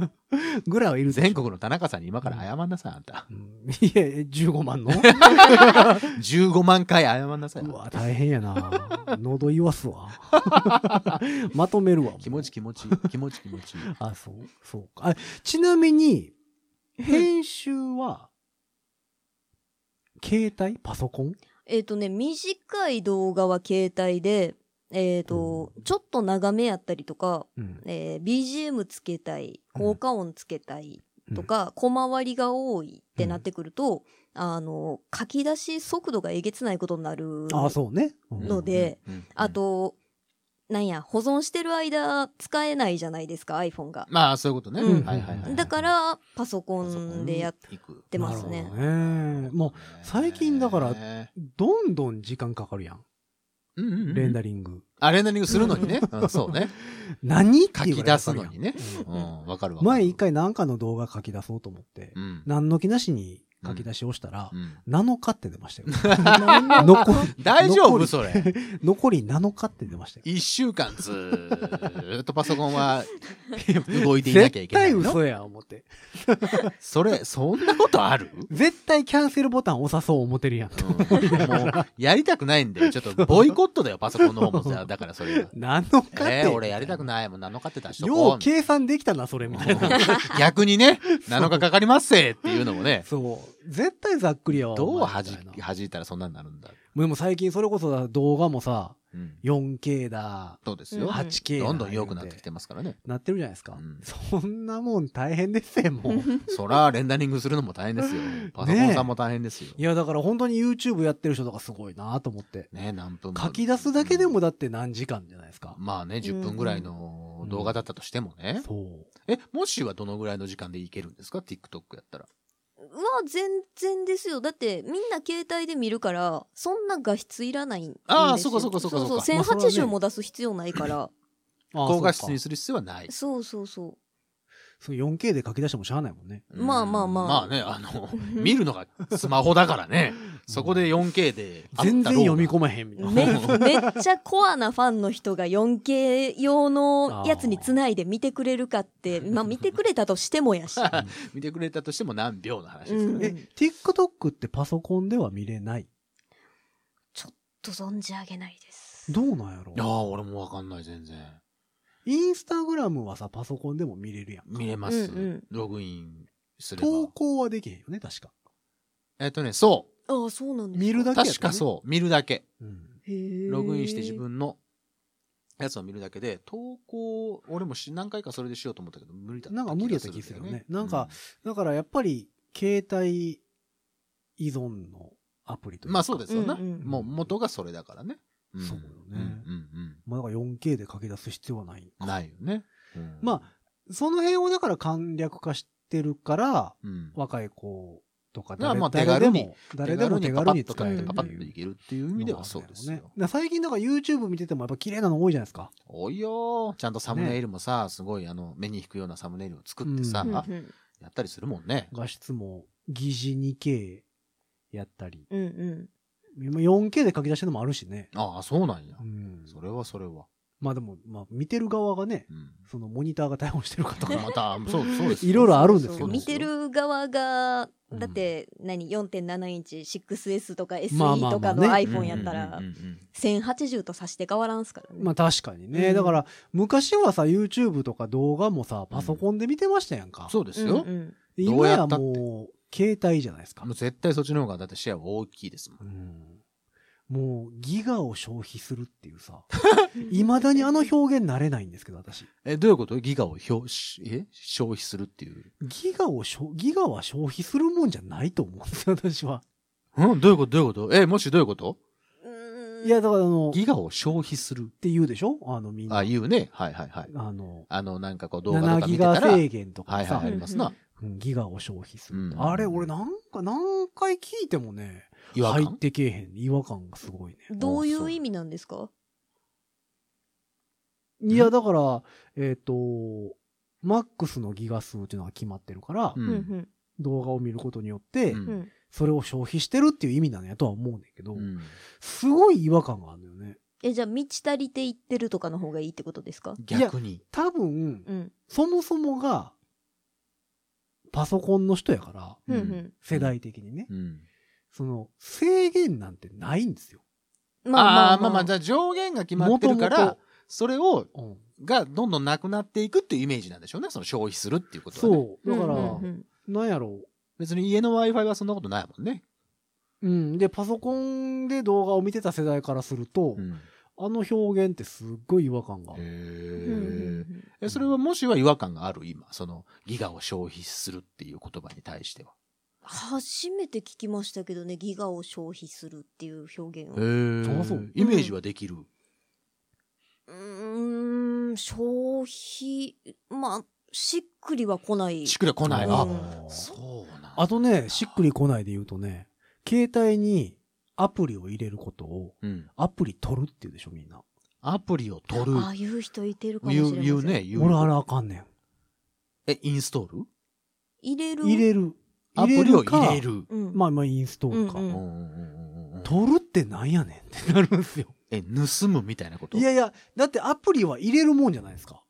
[SPEAKER 2] ぐらいはいるでしょ
[SPEAKER 3] 全国の田中さんに今から謝んなさい、あんた。
[SPEAKER 2] うんいや、15万 の
[SPEAKER 3] 15万回謝んなさい。
[SPEAKER 2] うわ、大変やな。喉言わす わ。まとめるわ。もう
[SPEAKER 3] 気持ち気持ち、気持ち気持ち。
[SPEAKER 2] あ、そう、そうか。あちなみに、編集は、携帯パソコン
[SPEAKER 1] えっ、とね、短い動画は携帯で、えっ、と、ちょっと長めやったりとか、
[SPEAKER 2] うん。
[SPEAKER 1] えー BGM つけたい、効果音つけたい
[SPEAKER 2] うん
[SPEAKER 1] とか、小回りが多いってなってくると、あの、書き出し速度がえげつないことになる。
[SPEAKER 2] ああ、そうね。うん
[SPEAKER 1] ので
[SPEAKER 3] うん、うん
[SPEAKER 1] あ、と、なんや、保存してる間使えないじゃないですか、iPhone が。
[SPEAKER 3] まあそういうことね。
[SPEAKER 1] うん
[SPEAKER 3] はいはいはいはい
[SPEAKER 1] だから、パソコ
[SPEAKER 3] パソコン
[SPEAKER 1] ン
[SPEAKER 3] に
[SPEAKER 1] でやっ
[SPEAKER 3] 行く
[SPEAKER 1] てますね
[SPEAKER 2] なるほどね。もう、最近だから
[SPEAKER 3] ね
[SPEAKER 2] どんどん時間かかるやん。
[SPEAKER 3] うんうんうん
[SPEAKER 2] レンダリング。
[SPEAKER 3] あ、レンダリングするのにね。うんそうね。
[SPEAKER 2] 何って
[SPEAKER 3] 書
[SPEAKER 2] いうぐ
[SPEAKER 3] き
[SPEAKER 2] らいかか
[SPEAKER 3] 出す
[SPEAKER 2] る
[SPEAKER 3] の
[SPEAKER 2] やん
[SPEAKER 3] にね。うん、わかるわ。
[SPEAKER 2] 前一。回なんかの動画書き出そうと思って、
[SPEAKER 3] うん。
[SPEAKER 2] 何の気なしに書き出しをしたら
[SPEAKER 3] う、ん
[SPEAKER 2] 7日って出ましたよ。
[SPEAKER 1] た。
[SPEAKER 2] 残
[SPEAKER 3] 大丈
[SPEAKER 2] 残
[SPEAKER 3] 夫
[SPEAKER 2] り
[SPEAKER 3] それ。
[SPEAKER 2] 残り7日って出ましたよ。
[SPEAKER 3] 一週間ずーっとパソコ ンは動いていなきゃい
[SPEAKER 2] 絶
[SPEAKER 3] けな
[SPEAKER 2] 対
[SPEAKER 3] いの。
[SPEAKER 2] 嘘や、思って。
[SPEAKER 3] それ、そんなことある
[SPEAKER 2] 絶対キャンセルボタン押さそう思ってるやん。
[SPEAKER 3] うんもう、やりたくないんで、ちょっとボイコットだよ、パソコンの方もさ。だからそれは。
[SPEAKER 2] 7日って。
[SPEAKER 3] えー、俺やりたくない。もう7日って出しと
[SPEAKER 2] よ
[SPEAKER 3] こ
[SPEAKER 2] う計算できたな、それ、みたいな。
[SPEAKER 3] う。 逆にね、7日かかりますせっていうのもね。
[SPEAKER 2] そう。絶対ざっくりやわ。
[SPEAKER 3] どう
[SPEAKER 2] お前
[SPEAKER 3] は
[SPEAKER 2] み
[SPEAKER 3] じ
[SPEAKER 2] たいな、
[SPEAKER 3] はじいたらそんなになるんだ。
[SPEAKER 2] もうでも最近それこそ動画もさ、
[SPEAKER 3] うん。
[SPEAKER 2] 4K だ、
[SPEAKER 3] そうです
[SPEAKER 1] うん
[SPEAKER 3] よ。
[SPEAKER 2] 8K だ。
[SPEAKER 3] どんどん良くなってきてますからね。
[SPEAKER 2] なってるじゃないですか。
[SPEAKER 3] うん
[SPEAKER 2] そんなもん大変ですよ、もう。
[SPEAKER 3] そら、レンダリングするのも大変で すよ。パソコンさんも大変ですよ。
[SPEAKER 2] いや、だから本当に YouTube やってる人とかすごいなと思って。
[SPEAKER 3] ね、何分も
[SPEAKER 2] 書き出すだけでもだって何時間じゃないですか。
[SPEAKER 3] まあね、10分ぐらいの動画だったとしてもね。
[SPEAKER 2] そう。
[SPEAKER 3] え、もしはどのぐらいの時間でいけるんですか ?TikTok やったら。
[SPEAKER 1] うわ、全然ですよ。だって、みんな携帯で見るから、そんな画質いらないんですよ。
[SPEAKER 3] あーそうかそうかそうかそうか
[SPEAKER 2] まあそれはね
[SPEAKER 1] 1080も出す必要ない から。
[SPEAKER 2] ああ
[SPEAKER 3] 高画質に
[SPEAKER 2] そうか
[SPEAKER 3] する必要はない。
[SPEAKER 1] そうそうそう。
[SPEAKER 2] そう 4K で書き出してもしゃあないもんね。
[SPEAKER 3] うん
[SPEAKER 1] まあまあまあ
[SPEAKER 3] まあね、あの、 見るのがスマホだからね。そこで 4K であったろう
[SPEAKER 2] 全
[SPEAKER 3] が。
[SPEAKER 2] 然読み込まへんみたい
[SPEAKER 1] め
[SPEAKER 2] な。
[SPEAKER 1] めっちゃコアなファンの人が 4K 用のやつにつないで見てくれるかって、まあ見てくれたとしてもや し。
[SPEAKER 3] 見てくれたとしても何秒の話ですからね。
[SPEAKER 1] うん
[SPEAKER 2] え、TikTok ってパソコンでは見れない
[SPEAKER 1] と存じ上げないです。
[SPEAKER 2] どうなんやろ
[SPEAKER 3] いやー、俺もわかんない、全然。
[SPEAKER 2] インスタグラムはさ、パソコンでも見れるやん。
[SPEAKER 3] 見れます。
[SPEAKER 1] うんうん
[SPEAKER 3] ログインすれば。
[SPEAKER 2] 投稿はできへんよね、確か。
[SPEAKER 3] えっとね、そ
[SPEAKER 1] ああ、そうなんです
[SPEAKER 2] 見る
[SPEAKER 3] う。
[SPEAKER 2] だけやったね
[SPEAKER 3] 確かそう。見るだけ。
[SPEAKER 2] うん。
[SPEAKER 1] へー
[SPEAKER 3] ログインして自分のやつを見るだけで、投稿、俺もし何回かそれでしようと思ったけど、無理だった
[SPEAKER 2] なんか無理やった気がするよねなんか
[SPEAKER 3] う
[SPEAKER 2] だからやっぱり、携帯依存のアプリというか。
[SPEAKER 3] まあそうですよな。
[SPEAKER 1] うんうん
[SPEAKER 3] もう元がそれだからね。ん
[SPEAKER 2] そうよね
[SPEAKER 3] うんうん
[SPEAKER 2] まあだから 4K で書き出す必要はない。
[SPEAKER 3] うん。ないよね。うん
[SPEAKER 2] まあ、その辺をだから簡略化してるから、
[SPEAKER 3] うん、
[SPEAKER 2] 若い子とか
[SPEAKER 3] まあ
[SPEAKER 2] 誰,、
[SPEAKER 3] まあ
[SPEAKER 2] 誰でも、
[SPEAKER 3] 手
[SPEAKER 2] 誰で
[SPEAKER 3] 軽
[SPEAKER 2] も
[SPEAKER 3] に
[SPEAKER 2] 手
[SPEAKER 3] パパ
[SPEAKER 2] 軽
[SPEAKER 3] ッ
[SPEAKER 2] に
[SPEAKER 3] と
[SPEAKER 2] 使
[SPEAKER 3] 買
[SPEAKER 2] える
[SPEAKER 3] って
[SPEAKER 2] って
[SPEAKER 3] パパッと
[SPEAKER 2] い。
[SPEAKER 3] いうけるっていう意味ではそうです
[SPEAKER 2] ね
[SPEAKER 3] よ。。
[SPEAKER 2] だから最近だから YouTube 見ててもやっぱ綺麗なの多いじゃないですか。
[SPEAKER 3] おいよーちゃんとサムネイルもさ、すごいあの、目に引くようなサムネイルを作ってさ、
[SPEAKER 2] うん
[SPEAKER 1] うんうん
[SPEAKER 3] やったりするもんね。
[SPEAKER 2] 画質も疑似 2K やったり。
[SPEAKER 1] うんうん
[SPEAKER 2] 今 4K で書き出してるのもあるしね。
[SPEAKER 3] ああ、そうなんや
[SPEAKER 2] う。ん。
[SPEAKER 3] それはそれは。
[SPEAKER 2] まあでも、まあ見てる側がね
[SPEAKER 3] う、ん。
[SPEAKER 2] そのモニターが対応してるかと
[SPEAKER 3] と
[SPEAKER 2] か
[SPEAKER 3] か
[SPEAKER 2] も
[SPEAKER 3] ま た、 そう、そうですよ。
[SPEAKER 2] いろいろあるんですけど
[SPEAKER 1] そう見てる側が
[SPEAKER 2] うん
[SPEAKER 1] だって何4.7インチ 6S とか SE
[SPEAKER 2] まあまあまあね
[SPEAKER 1] とかの iPhone やった
[SPEAKER 3] う
[SPEAKER 1] ら
[SPEAKER 3] んうんうんうん
[SPEAKER 1] 1080と差して変わらんすからね、
[SPEAKER 2] まあ確かにね、
[SPEAKER 1] うん
[SPEAKER 2] だから昔はさ YouTube とか動画もさパソコンで見てましたやんか、
[SPEAKER 3] そうですよ
[SPEAKER 1] うん。うん
[SPEAKER 2] 今や
[SPEAKER 3] どう
[SPEAKER 2] もう携帯じゃないですか
[SPEAKER 3] もう、絶対そっちの方がだってシェア大きいですもん。
[SPEAKER 2] うんもうギガを消費するっていうさいまだにあの表現慣れないんですけど私
[SPEAKER 3] え、どういうことギガを表し、え消費するっていう。
[SPEAKER 2] ギガをしょギガは消費するもんじゃないと思うんですよ私は
[SPEAKER 3] うんどういうことどういうことえ、もしどういうこと
[SPEAKER 1] うーん
[SPEAKER 2] いやだからあのっ
[SPEAKER 3] ギガを消費する。
[SPEAKER 2] て言うでしょあのみんな
[SPEAKER 3] あ、言うね。はいはいはい。
[SPEAKER 2] あの
[SPEAKER 3] あの、なんかこう動画と
[SPEAKER 2] 7
[SPEAKER 3] か見
[SPEAKER 2] ギ
[SPEAKER 3] てた
[SPEAKER 2] ガ
[SPEAKER 3] ら。
[SPEAKER 2] 制限とか
[SPEAKER 3] はい
[SPEAKER 2] さ、
[SPEAKER 3] はい、ありますな。
[SPEAKER 2] うんギガを消費するって、
[SPEAKER 3] うん
[SPEAKER 2] あれ俺なんか何回聞いてもね
[SPEAKER 3] 違和
[SPEAKER 2] 入
[SPEAKER 3] 感
[SPEAKER 2] っ。てけえへん違和感がすごいね
[SPEAKER 1] どういう意味なんですか
[SPEAKER 2] いやだからえっ、とマックスのギガ数っていうのが決まってるから、
[SPEAKER 3] う。
[SPEAKER 1] うんん
[SPEAKER 2] 動画を見ることによって、
[SPEAKER 3] うん
[SPEAKER 1] うんうん
[SPEAKER 2] それを消費してるっていう意味なんやとは思うねんだけど、
[SPEAKER 3] うん
[SPEAKER 2] すごい違和感があるのよね
[SPEAKER 1] えじゃあ満ち足りていってるとかの方がいいってことですか
[SPEAKER 3] 逆に。
[SPEAKER 2] 多分
[SPEAKER 1] うん
[SPEAKER 2] そもそもがパソコンの人やから
[SPEAKER 1] うんう
[SPEAKER 3] うん
[SPEAKER 2] 世代的にね、
[SPEAKER 3] うん。
[SPEAKER 2] その制限なんてないんですよ、
[SPEAKER 3] ああー、まあまあ、じゃあ上限が決まってるか
[SPEAKER 2] 元
[SPEAKER 3] ら
[SPEAKER 2] 々、
[SPEAKER 3] それを、
[SPEAKER 2] うん
[SPEAKER 3] がどんどんなくなっていくっていうイメージなんでしょうね。その消費するっていうことはね。
[SPEAKER 2] そうだか
[SPEAKER 1] う
[SPEAKER 2] ら、
[SPEAKER 3] うん
[SPEAKER 1] うんうん
[SPEAKER 2] なんやろ
[SPEAKER 3] 別に家の Wi-Fi はそんなことないもんね。
[SPEAKER 2] う、うん、でパソコンで動画を見てた世代からすると、
[SPEAKER 3] うん
[SPEAKER 2] あの表現ってすっごい違和感が
[SPEAKER 1] うん
[SPEAKER 3] へ。
[SPEAKER 1] うん
[SPEAKER 3] え。
[SPEAKER 1] うん
[SPEAKER 3] え、それはもしは違和感がある今、そのギガを消費するっていう言葉に対しては。
[SPEAKER 1] 初めて聞きましたけどね、ギガを消費するっていう表現を。
[SPEAKER 2] あ
[SPEAKER 3] え
[SPEAKER 2] そう
[SPEAKER 3] イメージはできる。
[SPEAKER 1] うーん、消費、まあ、しっくりは来ない。
[SPEAKER 3] しっくりは来ない。あ
[SPEAKER 1] うん、
[SPEAKER 3] そうなんだ
[SPEAKER 2] あとね、しっくりこないで言うとね、携帯にアプリを入れることを、
[SPEAKER 3] うん。
[SPEAKER 2] アプリ取るって言うでしょ、みんな。
[SPEAKER 3] アプリを取る。
[SPEAKER 1] ああいう人いてるかもしれ
[SPEAKER 3] 言
[SPEAKER 1] ませ。
[SPEAKER 3] うん言うね、言う。
[SPEAKER 2] 俺あれあかんね
[SPEAKER 3] え、インストール
[SPEAKER 1] 入れる。
[SPEAKER 2] ん。入れる。
[SPEAKER 3] アプリを
[SPEAKER 2] か
[SPEAKER 3] 入れ。る。
[SPEAKER 1] うん。
[SPEAKER 2] まあまあインストールか。
[SPEAKER 1] うんう
[SPEAKER 3] う
[SPEAKER 1] ん
[SPEAKER 3] うんうんうんうん
[SPEAKER 2] 取るってなんやねんってなるんですよ。
[SPEAKER 3] え、盗むみたいなこと
[SPEAKER 2] いやいや、だってアプリは入れるもんじゃないですか。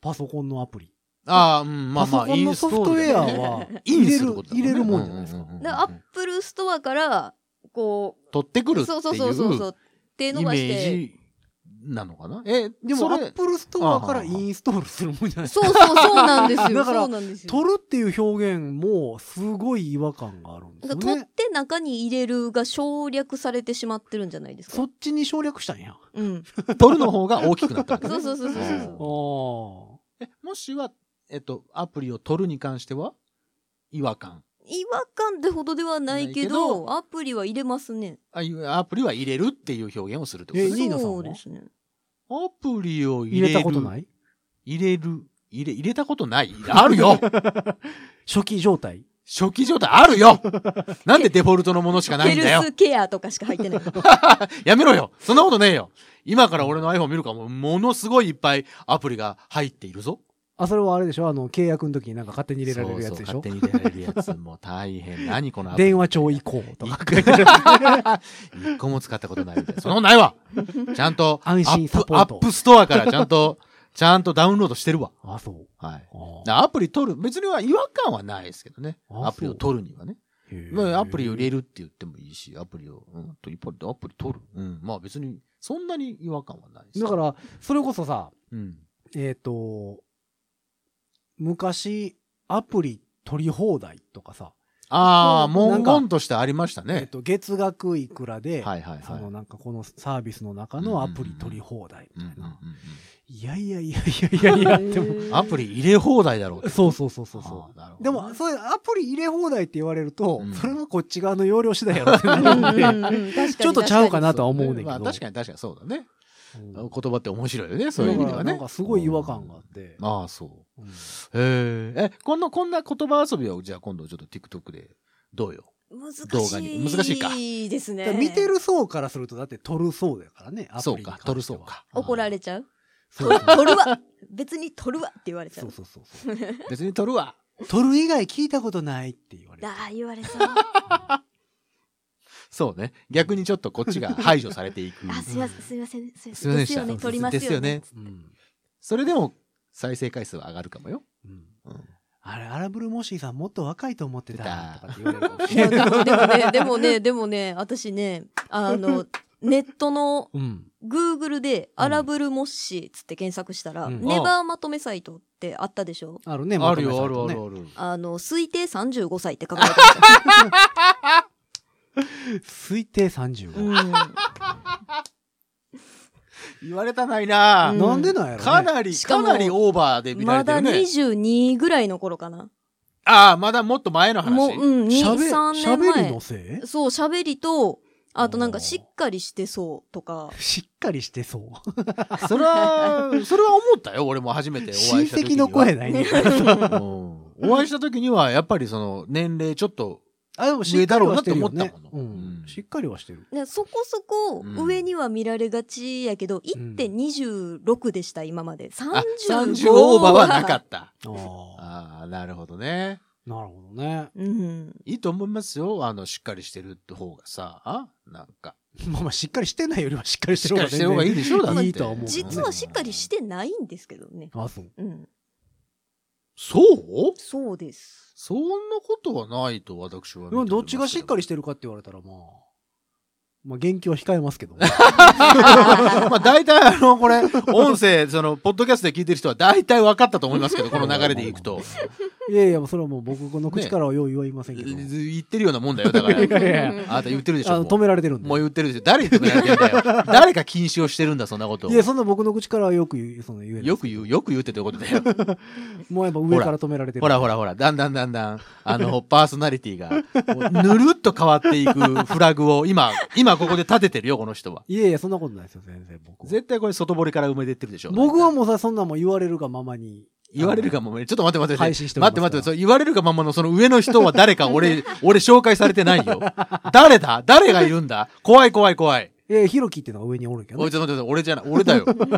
[SPEAKER 2] パソコンのアプリ。
[SPEAKER 3] ああ、うん、ま
[SPEAKER 2] パ
[SPEAKER 3] あま
[SPEAKER 2] ソ
[SPEAKER 3] あ、
[SPEAKER 2] コ
[SPEAKER 3] イ
[SPEAKER 2] ン
[SPEAKER 3] ン
[SPEAKER 2] の
[SPEAKER 3] スト
[SPEAKER 2] ソ
[SPEAKER 3] ー
[SPEAKER 2] フトウ
[SPEAKER 3] ル
[SPEAKER 2] ェ
[SPEAKER 3] だ
[SPEAKER 2] ア
[SPEAKER 3] よね、
[SPEAKER 2] は
[SPEAKER 3] イン
[SPEAKER 2] 入れ
[SPEAKER 3] す
[SPEAKER 2] る
[SPEAKER 3] ることだ
[SPEAKER 2] 入
[SPEAKER 3] ね
[SPEAKER 2] れるもんじゃないですか。
[SPEAKER 1] で、アップルストアから、こ
[SPEAKER 3] 取ってくる
[SPEAKER 1] う、
[SPEAKER 3] ってい
[SPEAKER 1] そううそうそうそうそう、手
[SPEAKER 3] イ
[SPEAKER 1] 伸
[SPEAKER 3] メ
[SPEAKER 1] ばして。
[SPEAKER 3] ージなのかなえ、
[SPEAKER 2] で
[SPEAKER 3] で
[SPEAKER 2] も
[SPEAKER 3] も
[SPEAKER 2] アップルストアからインストールするもんじゃないです
[SPEAKER 1] そ
[SPEAKER 2] か。
[SPEAKER 1] うそうそうなんですよ。
[SPEAKER 2] だから
[SPEAKER 1] そうなんですよ。
[SPEAKER 2] 取るっていう表現もすごい違和感があるんです
[SPEAKER 1] だ
[SPEAKER 2] よ
[SPEAKER 1] から取っ
[SPEAKER 2] ね。
[SPEAKER 1] て中に入れるが省略されてしまってるんじゃないです
[SPEAKER 2] そ
[SPEAKER 1] か
[SPEAKER 2] っ。ちに省略したんや。あ
[SPEAKER 1] うん。
[SPEAKER 3] 取るの方が大きくなったわけね。
[SPEAKER 1] そ うそうそうそうそううん
[SPEAKER 2] あ。
[SPEAKER 3] え、もしは、えっと、アプリを取るに関しては、違和感。
[SPEAKER 1] 違和感ってほどではないけ
[SPEAKER 3] ないけ
[SPEAKER 1] ど、アプリは入れますね。
[SPEAKER 3] あいうアプリは入れるっていう表現をするってこと
[SPEAKER 2] え
[SPEAKER 3] ですね。
[SPEAKER 2] ニーナさんは
[SPEAKER 1] そうですね。
[SPEAKER 3] アプリを入
[SPEAKER 2] 入
[SPEAKER 3] れる。
[SPEAKER 2] れたことないい
[SPEAKER 3] 入れる。入れ、入れたことないあるよ
[SPEAKER 2] 初期状態。
[SPEAKER 3] 初期状態あるよなんでデフォルトのものしかない
[SPEAKER 1] ヘ
[SPEAKER 3] ん
[SPEAKER 1] ル
[SPEAKER 3] だよ
[SPEAKER 1] スケアとかしか入ってない。
[SPEAKER 3] やめろよそんなことねえよ今から俺の iPhone 見るかも、ものすごいいっぱいアプリが入っているぞ。
[SPEAKER 2] あ、それはあれでしょあの、契約の時になんか勝手に入れられるやつでし
[SPEAKER 3] そうそう
[SPEAKER 2] ょ
[SPEAKER 3] 勝手に入れられるやつ。もう大変。何このアプリ
[SPEAKER 2] 電話帳以降とか。
[SPEAKER 3] 一個も使ったことないみたいな。そのないわちゃんと、
[SPEAKER 2] 安心サポー
[SPEAKER 3] アップ
[SPEAKER 2] ト
[SPEAKER 3] アップストアからちゃんと、 ちゃんとダウンロードしてるわ。
[SPEAKER 2] あ、そう。
[SPEAKER 3] はい。
[SPEAKER 2] ああ
[SPEAKER 3] だアプリ取る、別には違和感はないですけどね。
[SPEAKER 2] あ
[SPEAKER 3] アプリを取るにはね。
[SPEAKER 2] へえ
[SPEAKER 3] まあ、アプリを入れるって言ってもいいし、アプリを、うん、と一方でアプリ取る。うん、まあ別に、そんなに違和感はないです。
[SPEAKER 2] だか、ら、それこそさ、
[SPEAKER 3] うん。
[SPEAKER 2] えっ、と、昔、アプリ取り放題とかさ、
[SPEAKER 3] ああ、
[SPEAKER 2] な
[SPEAKER 3] 文
[SPEAKER 2] んか
[SPEAKER 3] 言としてありました
[SPEAKER 2] えっ
[SPEAKER 3] ね。
[SPEAKER 2] と、月額いくらで、
[SPEAKER 3] はいはい
[SPEAKER 2] そ
[SPEAKER 3] はい。
[SPEAKER 2] のなんかこのサービスの中のアプリ取り放題み
[SPEAKER 3] うんう
[SPEAKER 2] た
[SPEAKER 3] ん
[SPEAKER 2] いな。
[SPEAKER 3] う
[SPEAKER 2] いやいやいやいやいやいや、でも、
[SPEAKER 3] んうんアプリ入れ放題だろうって
[SPEAKER 2] そうそうそうそうそ
[SPEAKER 3] あーなるほ
[SPEAKER 2] う。
[SPEAKER 3] ど
[SPEAKER 2] で
[SPEAKER 3] ね
[SPEAKER 2] も、そういうアプリ入れ放題って言われると、
[SPEAKER 3] うん
[SPEAKER 2] それはこっち側の容量次第やろってなるんでち
[SPEAKER 1] ち
[SPEAKER 2] ょっとちゃうか
[SPEAKER 1] な。
[SPEAKER 2] なとは思うねんけど。
[SPEAKER 3] まあ確かに確かにそうだね。
[SPEAKER 2] うん
[SPEAKER 3] 言葉って面白いよね、そういう意味ではね。
[SPEAKER 2] なんかすごい違和感があって。
[SPEAKER 3] ああ、そう。
[SPEAKER 2] うん
[SPEAKER 3] へえ。え、こんな、こんな言葉遊びを、じゃあ今度ちょっと TikTok で、どうよ。動画
[SPEAKER 1] 難し
[SPEAKER 3] に
[SPEAKER 1] い。
[SPEAKER 3] 難しいか
[SPEAKER 1] です
[SPEAKER 2] だ
[SPEAKER 1] ね
[SPEAKER 2] か。ら見て。る層からすると、だって取る層だからね、アプ
[SPEAKER 3] そう
[SPEAKER 2] リに関
[SPEAKER 3] か
[SPEAKER 2] し、ては
[SPEAKER 3] 取るそう。か。
[SPEAKER 1] 怒られちゃう
[SPEAKER 2] そう
[SPEAKER 1] 取るわ別に取るわって言われちゃ
[SPEAKER 2] そう
[SPEAKER 1] う。
[SPEAKER 2] そうそうそう。
[SPEAKER 3] 別に取るわ。
[SPEAKER 2] 取る以外聞いたことないって言われる
[SPEAKER 1] だ。ー言われそう。
[SPEAKER 3] そうね。逆にちょっとこっちが排除されて いく。
[SPEAKER 1] あ、すいません、すいません、すいま
[SPEAKER 3] す
[SPEAKER 1] せん。
[SPEAKER 3] いませんで
[SPEAKER 1] で
[SPEAKER 3] し
[SPEAKER 1] す
[SPEAKER 3] た
[SPEAKER 1] よね、取ります
[SPEAKER 3] ですよ
[SPEAKER 1] よ
[SPEAKER 3] ね
[SPEAKER 1] ね。
[SPEAKER 2] うん
[SPEAKER 3] それでも、再生回数は上がるかもよ。
[SPEAKER 2] うん
[SPEAKER 3] うん
[SPEAKER 2] あれ、アラブルモッシーさんもっと若いと思ってた。とかって言われるかもし
[SPEAKER 1] い
[SPEAKER 2] れ
[SPEAKER 1] や
[SPEAKER 2] ない
[SPEAKER 1] でもね、でもね、でもね、私ね、あの、ネットの
[SPEAKER 2] うん。
[SPEAKER 1] Google で
[SPEAKER 2] うん
[SPEAKER 1] アラブルモッシーつって検索したら、
[SPEAKER 2] うん
[SPEAKER 1] ネバーまとめサイトってあったでしょ
[SPEAKER 2] あるね、
[SPEAKER 3] あ
[SPEAKER 2] まと
[SPEAKER 3] る
[SPEAKER 2] めサイ
[SPEAKER 3] よ、
[SPEAKER 2] ト
[SPEAKER 3] あるあ
[SPEAKER 2] ね
[SPEAKER 3] るある。
[SPEAKER 1] あの、推定35歳って書かれてました。
[SPEAKER 2] 推定35。
[SPEAKER 1] うん
[SPEAKER 3] 言われたないな
[SPEAKER 1] う
[SPEAKER 3] ぁ
[SPEAKER 1] ん
[SPEAKER 2] なんでなんやろね
[SPEAKER 3] かなり、
[SPEAKER 1] しか
[SPEAKER 3] か
[SPEAKER 1] も
[SPEAKER 3] なりオーバーで見ら
[SPEAKER 1] ま
[SPEAKER 3] れて
[SPEAKER 1] だ
[SPEAKER 3] るね。
[SPEAKER 1] 22ぐらいの頃かな。
[SPEAKER 3] ああ、まだもっと前の
[SPEAKER 1] もう、
[SPEAKER 3] 話。
[SPEAKER 1] うん、2、
[SPEAKER 2] 喋
[SPEAKER 1] 3年
[SPEAKER 2] 喋り
[SPEAKER 1] 前
[SPEAKER 2] の。せい
[SPEAKER 1] そう、喋りと、あとなんかしっかりしてそうとか。
[SPEAKER 2] しっかりしてそう。
[SPEAKER 3] それは、それは思ったよ、俺も初めてお
[SPEAKER 2] 親
[SPEAKER 3] 会いした時
[SPEAKER 2] 戚
[SPEAKER 3] には。
[SPEAKER 2] の声ないね。
[SPEAKER 3] うんお会いした時には、やっぱりその、年齢ちょっと
[SPEAKER 2] あ、でも
[SPEAKER 3] 上だろうなって思った
[SPEAKER 2] ね
[SPEAKER 3] もの。
[SPEAKER 2] うん。しっかりはしてる。
[SPEAKER 1] ねそこそこ上には見られがちやけど、1.26でした、今まで。
[SPEAKER 3] あ、
[SPEAKER 1] 35
[SPEAKER 3] 30オーバーはなかった。
[SPEAKER 2] ああ。
[SPEAKER 3] ああ、なるほどね。
[SPEAKER 2] なるほどね。
[SPEAKER 1] うん。
[SPEAKER 3] いいと思いますよ。あの、しっかりしてるって方がさ、あなんか。
[SPEAKER 2] まあまあ、しっかりしてないよりはしっかりし
[SPEAKER 3] してっ
[SPEAKER 2] る
[SPEAKER 3] か
[SPEAKER 2] 方が
[SPEAKER 3] りし
[SPEAKER 2] 全
[SPEAKER 3] てる方がいい
[SPEAKER 2] 然。
[SPEAKER 3] でしょだって
[SPEAKER 2] いいとは思う
[SPEAKER 1] 実はしっかりしてないんですけどね。
[SPEAKER 2] あ、そう。
[SPEAKER 1] うん。
[SPEAKER 3] そう
[SPEAKER 1] そう です。
[SPEAKER 3] そんなことはないと私は見ておりますけど。
[SPEAKER 2] うんどっちがしっかりしてるかって言われたら、まあ、まあ、言及は控えます けどね。
[SPEAKER 3] まあ大体あの、これ、音声、その、ポッドキャストで聞いてる人は大体分かったと思いますけど、この流れでいくと。
[SPEAKER 2] いやいや、それはもう僕の口からはよう言わいませんけど。
[SPEAKER 3] 言ってるようなもんだよ。だから、
[SPEAKER 2] いやい
[SPEAKER 1] や
[SPEAKER 3] あなた言ってるでし
[SPEAKER 2] あ
[SPEAKER 3] ょ。
[SPEAKER 2] の
[SPEAKER 3] も
[SPEAKER 2] 止
[SPEAKER 3] う
[SPEAKER 2] められてるんで。
[SPEAKER 3] もう言ってるでしょ。誰に止められてんだ よ。誰が禁止をしてるんだ、そんなことを。
[SPEAKER 2] いや、そんな僕の口からはよく言う、その言えない。
[SPEAKER 3] よく言う、よく言うってどういうことだよ。
[SPEAKER 2] もうやっぱ上から止められてる。
[SPEAKER 3] ほらほらほら、だんだんだんだん、あの、パーソナリティが、ぬるっと変わっていくフラグを、今、今ここで立ててるよ、この人は。
[SPEAKER 2] いやいや、そんなことないですよ、全然僕は。
[SPEAKER 3] 絶対これ外堀から埋めてってるでしょ。
[SPEAKER 2] 僕はもうさ、そんなんもう言われるがままに。
[SPEAKER 3] 言われるかもめ、ちょっと待って待って待
[SPEAKER 2] 配
[SPEAKER 3] って。
[SPEAKER 2] 信しておりま
[SPEAKER 3] 待
[SPEAKER 2] す
[SPEAKER 3] って待って、そう言われるかままのその上の人は誰か俺、 俺紹介されてないよ。誰だ誰がいるんだ怖い怖い怖い。
[SPEAKER 2] え、ヒロキっていうのが上におるけど
[SPEAKER 3] おい、
[SPEAKER 2] ね。
[SPEAKER 3] ちょっと待って待って、俺じゃない、俺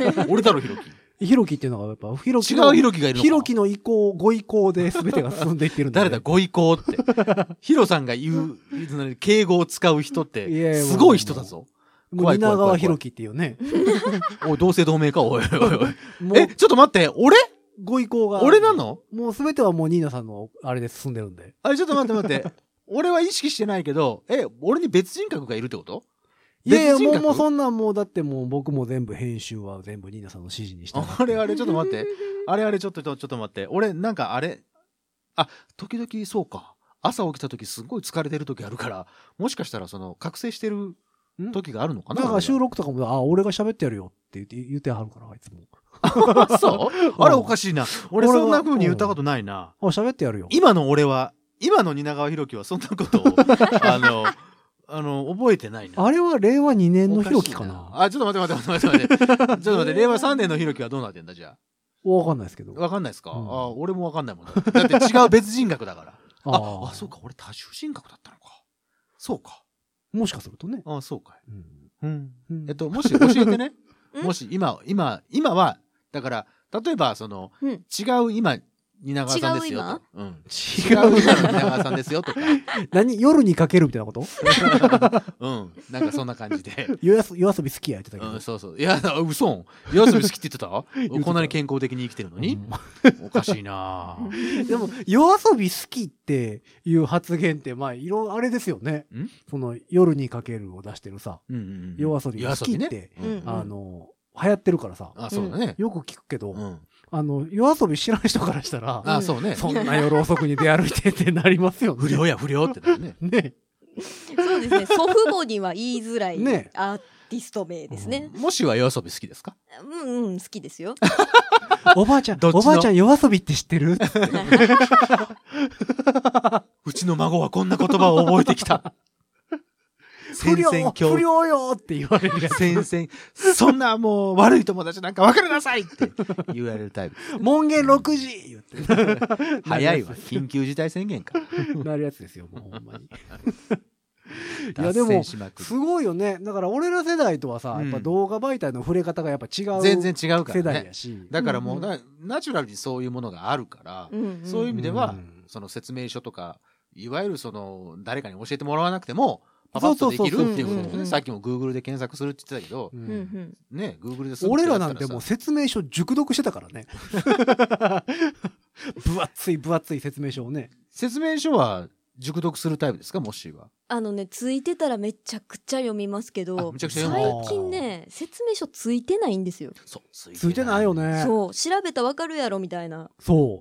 [SPEAKER 3] だよ。 俺だろ、ひろ
[SPEAKER 2] ヒロキっていうのがやっぱ、ヒロ
[SPEAKER 3] き。
[SPEAKER 2] キ
[SPEAKER 3] 違
[SPEAKER 2] の。
[SPEAKER 3] うひろきがいるのか
[SPEAKER 2] ヒロキの意向、ご意向で全てが進んでいってるんで
[SPEAKER 3] 誰だ、ご意 向って。ヒロさんが言う、敬語を使う人っ
[SPEAKER 2] いやい
[SPEAKER 3] て、
[SPEAKER 2] や
[SPEAKER 3] すごい人だぞ。
[SPEAKER 2] もう
[SPEAKER 3] 怖い怖い怖
[SPEAKER 2] 蜷川
[SPEAKER 3] い怖い
[SPEAKER 2] ヒロキっていうね。
[SPEAKER 3] おい、同姓同名か、おいおいおい。
[SPEAKER 2] もう
[SPEAKER 3] え、、ちょっと待って、俺
[SPEAKER 2] ご意向が。
[SPEAKER 3] 俺なの
[SPEAKER 2] もう全てはもうニーナさんのあれで進んでるんで。
[SPEAKER 3] あれ、ちょっと待って待って。俺は意識してないけど、え、俺に別人格がいるってこと
[SPEAKER 2] いやいや、
[SPEAKER 3] 別人
[SPEAKER 2] もう
[SPEAKER 3] 格
[SPEAKER 2] もうそんなんもうだってもう僕も全部編集は全部ニーナさんの指示にして
[SPEAKER 3] あれあれ、ちょっと 待って。あれあれ、ちょっと、ちょっと待って。俺、なんかあれ、あ、時々そうか。朝起きた時すごい疲れてる時あるから、もしかしたらその、覚醒してる
[SPEAKER 2] ん
[SPEAKER 3] 時があるのかな
[SPEAKER 2] だから収
[SPEAKER 3] 録。
[SPEAKER 2] 録とかも、あ、俺が喋ってやるよって言って、言ってはるから、あいつも。
[SPEAKER 3] そうあれおかしいな。俺
[SPEAKER 2] 俺は
[SPEAKER 3] そんな風に言ったことないな。
[SPEAKER 2] あ、喋ってやるよ。
[SPEAKER 3] 今の俺は、今の蜷川博樹はそんなことを、 あの、あの、覚えてないな。
[SPEAKER 2] あれは令和2年の
[SPEAKER 3] お
[SPEAKER 2] ひ
[SPEAKER 3] しい
[SPEAKER 2] ろきかな
[SPEAKER 3] あ、ちょっと待って待って待って待 って待って。ちょっと待って、令和3年のひろきはどうなってんだ、じゃ
[SPEAKER 2] わかんないですけど
[SPEAKER 3] あ。。わかんないですか、
[SPEAKER 2] うん
[SPEAKER 3] あ、俺もわかんないもんだ。だって違う別人格だ から。ああ、そう
[SPEAKER 2] か。
[SPEAKER 3] か、俺多重人格だったのか。そうか。
[SPEAKER 2] もしかするとね。
[SPEAKER 3] ああ、そうかい。
[SPEAKER 2] うん
[SPEAKER 3] うん。
[SPEAKER 2] うん
[SPEAKER 3] えっと、もし教え
[SPEAKER 1] 。
[SPEAKER 3] てね
[SPEAKER 1] ん
[SPEAKER 3] もし今、今、今は、だから、例えば、その、
[SPEAKER 1] うん
[SPEAKER 3] 違う今、蜷川さんですよと。うん。違
[SPEAKER 2] 違
[SPEAKER 3] う今の
[SPEAKER 2] う。
[SPEAKER 3] 蜷川さんですよとか。
[SPEAKER 2] 何夜にかけるみたいなこと
[SPEAKER 3] うん。なんかそんな感 じで。
[SPEAKER 2] 夜遊夜遊び好きやってたけ
[SPEAKER 3] う
[SPEAKER 2] ど
[SPEAKER 3] ん、。そうそう。いや、嘘夜遊び好きっ て言ってた
[SPEAKER 2] た
[SPEAKER 3] こんなに健康的に生きてるのに、おかしいなぁ
[SPEAKER 2] うんでも、夜遊び好きっていう発言って、まあ、いろいろあれですよね
[SPEAKER 3] ん。
[SPEAKER 2] その、夜にかけるを出してるさ、
[SPEAKER 3] うんうんうん
[SPEAKER 2] 夜遊び好きって
[SPEAKER 3] 夜遊びねうん
[SPEAKER 1] うん
[SPEAKER 2] あの、流行ってるからさ、
[SPEAKER 3] あ、そうだね。
[SPEAKER 2] よく聞くけど
[SPEAKER 3] う、ん。
[SPEAKER 2] あの、夜遊び知らん人からしたら、
[SPEAKER 3] あ、そうね。
[SPEAKER 2] そんな夜遅くに出歩いてってなりますよね。
[SPEAKER 3] 不良や不良ってな るね。
[SPEAKER 2] ね。
[SPEAKER 1] そうですね。祖父母には言いづらい
[SPEAKER 2] ね
[SPEAKER 1] アーティスト名ですね。
[SPEAKER 3] もしは夜遊び好きですか
[SPEAKER 1] うんうん、好きですよ。
[SPEAKER 2] おばあちゃん、
[SPEAKER 3] どっちの
[SPEAKER 2] おばあちゃん夜遊びって知って る
[SPEAKER 3] うちの孫はこんな言葉を覚えてきた。
[SPEAKER 2] 不
[SPEAKER 3] 戦
[SPEAKER 2] 良
[SPEAKER 3] 々恐
[SPEAKER 2] 不良
[SPEAKER 3] 々。
[SPEAKER 2] よって言われるやつ。
[SPEAKER 3] 戦々。そんなもう悪い友達なんか別れなさいって言われるタイプ。
[SPEAKER 2] 門限6時言って。
[SPEAKER 3] 早いわ。緊急事態宣言か。
[SPEAKER 2] なるやつです よ、もうほんまに。いや、で
[SPEAKER 3] 脱
[SPEAKER 2] も
[SPEAKER 3] 線、しまくる
[SPEAKER 2] すごいよね。だから俺ら世代とはさ、
[SPEAKER 3] うん
[SPEAKER 2] やっぱ動画媒体の触れ方がやっぱ違う。
[SPEAKER 3] 全然違うから
[SPEAKER 2] 世代
[SPEAKER 3] ね
[SPEAKER 2] や。し。
[SPEAKER 3] だからもう
[SPEAKER 1] うん
[SPEAKER 3] な、ナチュラルにそういうものがあるから、
[SPEAKER 1] うんうん
[SPEAKER 3] そういう意味では、
[SPEAKER 2] うん
[SPEAKER 3] その説明書とか、いわゆるその、誰かに教えてもらわなくても、パパッ
[SPEAKER 2] そ
[SPEAKER 3] と
[SPEAKER 2] う
[SPEAKER 3] で
[SPEAKER 2] そう
[SPEAKER 3] き
[SPEAKER 2] そ
[SPEAKER 3] る
[SPEAKER 2] うそう
[SPEAKER 3] っていうことです
[SPEAKER 1] うんう
[SPEAKER 3] ね。
[SPEAKER 1] ん
[SPEAKER 3] さっきも Google で検索するって言ってたけど
[SPEAKER 2] う、
[SPEAKER 1] うんんうん
[SPEAKER 3] ね、Google ですぐ
[SPEAKER 2] 俺らなんてもう
[SPEAKER 3] 調
[SPEAKER 2] 説明書熟読してたから ね。分厚い分厚い説明書をね。
[SPEAKER 3] べたらさ説明書は熟読するタイプですか、もしは。
[SPEAKER 1] あのね、ついてたらめちゃくちゃ読みますけ
[SPEAKER 3] あ
[SPEAKER 1] ど
[SPEAKER 3] めちゃ、くちゃ
[SPEAKER 1] 最
[SPEAKER 3] 読
[SPEAKER 2] む
[SPEAKER 1] 近ね、説明書ついてないんですよ。
[SPEAKER 3] そう、つ
[SPEAKER 2] ついてないよ。ね。そう。
[SPEAKER 1] そう、調べたらわかるやろみたいな。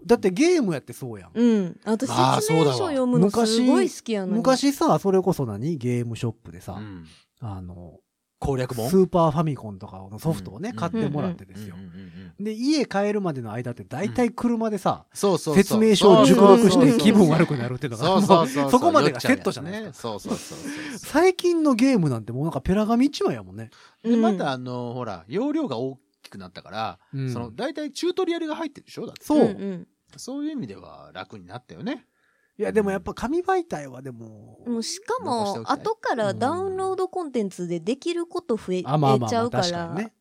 [SPEAKER 2] だってゲームやってそうやん。
[SPEAKER 1] うん。あと
[SPEAKER 3] あー
[SPEAKER 1] 説明書
[SPEAKER 3] そうだわ
[SPEAKER 1] 読むのすごい好きやのに。
[SPEAKER 2] 昔さ、それこそ何ゲームショップでさ、
[SPEAKER 3] うん
[SPEAKER 2] あの、
[SPEAKER 3] 攻略
[SPEAKER 2] ス
[SPEAKER 3] 本
[SPEAKER 2] ーパーファミコンとかのソフトをね、
[SPEAKER 3] うん
[SPEAKER 2] 買ってもらってですよ
[SPEAKER 3] うん。うんうんうん
[SPEAKER 2] で、家帰るまでの間って大体車でさ、
[SPEAKER 3] そうそうそう。
[SPEAKER 2] 説明書を熟読し
[SPEAKER 1] そうそうそ
[SPEAKER 2] て
[SPEAKER 1] う
[SPEAKER 2] 気分悪くなるっていうのが、
[SPEAKER 3] そうそうそ
[SPEAKER 2] も
[SPEAKER 3] うう。
[SPEAKER 2] うそこまでがセットじゃないです
[SPEAKER 3] ね。
[SPEAKER 2] か。
[SPEAKER 3] そうそうそう そう。
[SPEAKER 2] 最近のゲームなんてもうなんかペラ紙一枚やもんね。
[SPEAKER 3] で、
[SPEAKER 1] うん
[SPEAKER 3] またあの、ほら、容量が大きくなったから、
[SPEAKER 2] うん
[SPEAKER 3] その、大体チュートリアルが入ってるでしょだって。
[SPEAKER 2] そう。
[SPEAKER 1] んん
[SPEAKER 3] そういう意味では楽になったよね。
[SPEAKER 2] いや、でもやっぱ紙媒体はでも、
[SPEAKER 1] もうしか
[SPEAKER 3] 残して
[SPEAKER 1] も
[SPEAKER 3] おきたい
[SPEAKER 1] 後からダウンロードコンテンツでできること増え
[SPEAKER 2] あ、まあ
[SPEAKER 1] 増
[SPEAKER 2] ま
[SPEAKER 1] えち
[SPEAKER 2] あま
[SPEAKER 1] ゃ
[SPEAKER 2] あ、
[SPEAKER 1] うか
[SPEAKER 2] 確からにね。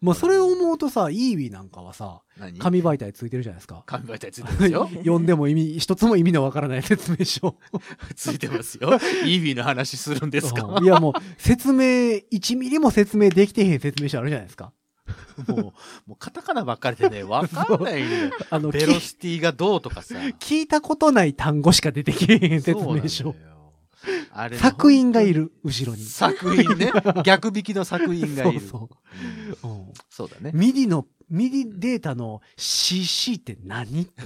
[SPEAKER 2] まあ、それを思うとさ、イービーなんかはさ、
[SPEAKER 3] 何紙
[SPEAKER 2] 紙媒体ついてるじゃないですか。。
[SPEAKER 3] 媒体ついてますよ
[SPEAKER 2] 読んでも意味、一つも意味のわからない説明書。
[SPEAKER 3] ついてます よ。イービーの話するんですか
[SPEAKER 2] うんいや、もう、説明、1ミリも説明できてへん説明書あるじゃないですか。
[SPEAKER 3] もう、もうカタカナばっかりでね、わかんない よ。
[SPEAKER 2] あの、
[SPEAKER 3] ベロ
[SPEAKER 2] き
[SPEAKER 3] シティがどうと かさ。
[SPEAKER 2] 聞いたことない単語しか出てきてへん説明
[SPEAKER 3] そう
[SPEAKER 2] 書
[SPEAKER 3] なん。だよ。あれね
[SPEAKER 2] 作品がいる、後ろに。
[SPEAKER 3] 作品ね。逆引きの作品がいる。
[SPEAKER 2] そう
[SPEAKER 3] うん
[SPEAKER 2] そう。うん
[SPEAKER 3] そうだね。
[SPEAKER 2] ミディのミディデータの CC って何って。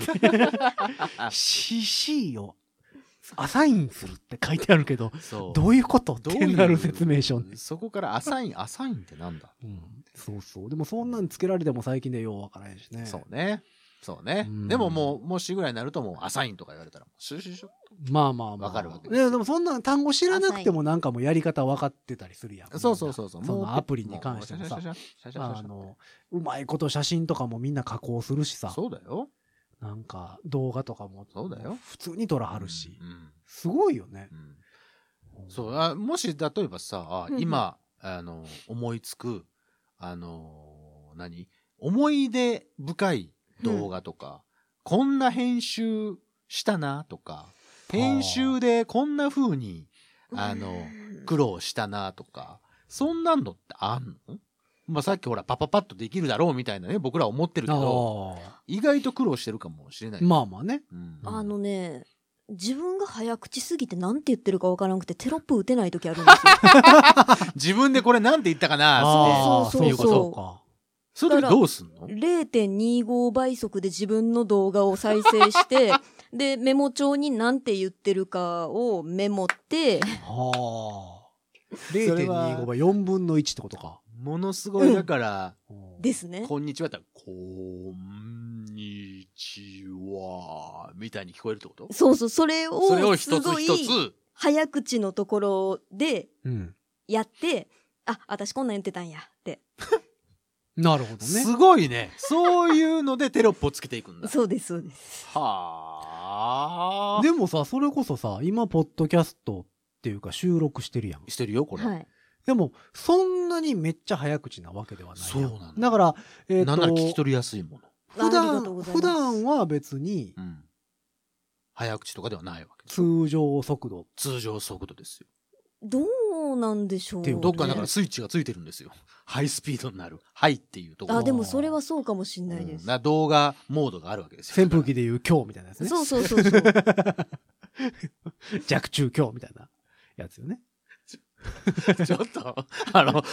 [SPEAKER 2] CC をアサインするって書いてあるけど、
[SPEAKER 3] そう。
[SPEAKER 2] どういうことって
[SPEAKER 3] どういう
[SPEAKER 2] なる説明書ね。
[SPEAKER 3] そこからアサイン、アサインってなんだ、
[SPEAKER 2] うん、そうそう。でもそんなんつけられても最近でようわからへんしね。
[SPEAKER 3] そうね。そうね
[SPEAKER 2] う。ん
[SPEAKER 3] でももう、もしぐらいになるともう、アサインとか言われたら、シュシュシュ。
[SPEAKER 2] まあまあまあ。
[SPEAKER 3] わかるわけです
[SPEAKER 2] ねでもそんな単語知らなくてもなんかもうやり方分かってたりするやん。
[SPEAKER 3] そうそうそうそう。
[SPEAKER 2] そ
[SPEAKER 3] もう
[SPEAKER 2] のアプリに関してもさ
[SPEAKER 3] うシャシャシャシャシャシャシャシャシャ
[SPEAKER 2] あの、うまいこと写真とかもみんな加工するしさ、
[SPEAKER 3] そうだよ。
[SPEAKER 2] なんか動画とかも
[SPEAKER 3] そうだよ
[SPEAKER 2] 普通に撮らはるし
[SPEAKER 3] う、ん。
[SPEAKER 2] すごいよね
[SPEAKER 3] う。んそうあもし例えばさ
[SPEAKER 1] うんうん
[SPEAKER 3] 今あの思いつくあの何思い出深い動画とか、こんな編集したなとか編集でこんな風にあの苦労したなとかそんなんのってあんのまあさっきほらパパパッとできるだろうみたいなね僕ら思ってるけ
[SPEAKER 2] あ
[SPEAKER 3] ど
[SPEAKER 2] あ
[SPEAKER 3] 意外と苦労してるかもしれない、
[SPEAKER 2] まあまあね。
[SPEAKER 3] うん
[SPEAKER 1] あのね、自分が早口すぎてなんて言ってるかわからなくてテロップ打てない時あるんですよ。
[SPEAKER 3] 自分でこれなんて言ったかなっ
[SPEAKER 2] あ
[SPEAKER 1] そ
[SPEAKER 2] あ、
[SPEAKER 1] う
[SPEAKER 2] そう
[SPEAKER 1] そう
[SPEAKER 2] い
[SPEAKER 1] そうう
[SPEAKER 2] ことか。
[SPEAKER 3] てそれどうすんの
[SPEAKER 1] 0.25倍速で自分の動画を再生 して、で、メモ帳に何て言ってるかをメモって、
[SPEAKER 2] はあ。
[SPEAKER 3] れは
[SPEAKER 2] 0.25倍、4分の1ってことか。
[SPEAKER 3] ものすごい、だから、
[SPEAKER 1] ですね。
[SPEAKER 3] こんにちはって、こんにちは、みたいに聞こえるってこと
[SPEAKER 1] そうそう、それ
[SPEAKER 3] それを
[SPEAKER 1] をす
[SPEAKER 3] 一つ
[SPEAKER 1] ごい
[SPEAKER 3] 一つ、
[SPEAKER 1] 早口のところで
[SPEAKER 2] うん。
[SPEAKER 1] やって、あ、私こんなん言ってたんやって。
[SPEAKER 2] なるほどね
[SPEAKER 3] す。ごいね。そういうのでテロップをつけていくんだ。
[SPEAKER 1] そうです、そうです。
[SPEAKER 3] はあ。
[SPEAKER 2] でもさ、それこそさ、今、ポッドキャストっていうか収録してるやん。
[SPEAKER 3] してるよ、これ。
[SPEAKER 1] はい。
[SPEAKER 2] でも、そんなにめっちゃ早口なわけではないやん。
[SPEAKER 3] そうなの
[SPEAKER 2] だから、えっ、
[SPEAKER 3] なんなら
[SPEAKER 2] と、
[SPEAKER 3] 聞き取りやすいもの。
[SPEAKER 2] 普
[SPEAKER 1] ありがとう
[SPEAKER 2] 段、
[SPEAKER 1] ござい
[SPEAKER 2] 普
[SPEAKER 1] ます
[SPEAKER 2] 段は別に
[SPEAKER 3] うん。早口とかではないわけですよ。
[SPEAKER 2] 通常速度。
[SPEAKER 3] 通常速度ですよ。
[SPEAKER 1] どうなんでしょう、
[SPEAKER 2] っていう
[SPEAKER 3] どっかだ
[SPEAKER 2] ね
[SPEAKER 3] からスイッチがついてるんですよ。 ハイスピードになる。ハイっていうところ。
[SPEAKER 1] あ、でもそれはそうかもしん
[SPEAKER 3] う
[SPEAKER 1] ないで
[SPEAKER 3] ん
[SPEAKER 1] す。
[SPEAKER 3] な動画モードがあるわけですよ。
[SPEAKER 2] 扇風機で言う今日みたいなやつね。
[SPEAKER 1] そうそうそうそう。
[SPEAKER 2] 弱中今日みたいなやつよね。
[SPEAKER 3] ちょっと、あの、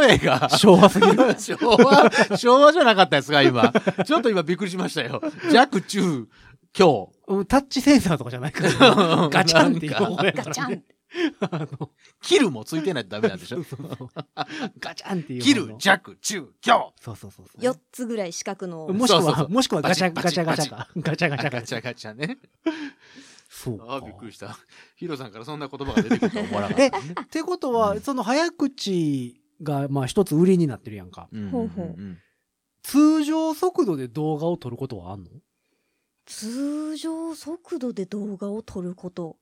[SPEAKER 3] 例えが、
[SPEAKER 2] 昭和すぎる。
[SPEAKER 3] 昭和、昭和じゃなかったですか、今。ちょっと今びっくりしましたよ。弱、中、今
[SPEAKER 2] うんタッチセンサーとかじゃないから、
[SPEAKER 3] 日。
[SPEAKER 2] ガチャンっていう
[SPEAKER 3] なん
[SPEAKER 2] 方
[SPEAKER 3] か
[SPEAKER 2] 法や か
[SPEAKER 1] ガチ
[SPEAKER 2] ら、
[SPEAKER 1] ャ
[SPEAKER 2] ね
[SPEAKER 1] ン。。
[SPEAKER 2] あの
[SPEAKER 3] 切るもついてないとダメなんでし
[SPEAKER 2] そ
[SPEAKER 3] ょ
[SPEAKER 2] うそうそうガチャンっていう方
[SPEAKER 3] 切
[SPEAKER 2] の
[SPEAKER 3] る、弱、中、今
[SPEAKER 2] そうそうそうそう。
[SPEAKER 1] 4つぐらい四角の。
[SPEAKER 2] もしく
[SPEAKER 3] そうそうそ
[SPEAKER 2] は、
[SPEAKER 3] う
[SPEAKER 2] もしくはガチャ
[SPEAKER 3] バ
[SPEAKER 2] ガ
[SPEAKER 3] チ
[SPEAKER 2] チャ
[SPEAKER 3] ン
[SPEAKER 2] ガ
[SPEAKER 3] バ
[SPEAKER 2] チャ
[SPEAKER 3] チン
[SPEAKER 2] か。ガチャガチ
[SPEAKER 3] 日。
[SPEAKER 2] ャ
[SPEAKER 3] ガ
[SPEAKER 2] ガ
[SPEAKER 3] チ
[SPEAKER 2] チャ。
[SPEAKER 3] ャガチャね。
[SPEAKER 2] そうか。
[SPEAKER 3] ああ、びっくりした。ヒロさんからそんな言葉が出てくるとは思わなかったね。
[SPEAKER 2] ってことは、
[SPEAKER 3] うん
[SPEAKER 2] その早口が、まあ一つ売りになってるやんか。
[SPEAKER 3] うん
[SPEAKER 1] ほうほう
[SPEAKER 3] うん
[SPEAKER 2] 通常速度で動画を撮ることはあんの
[SPEAKER 1] 通常速度で動画を撮ること。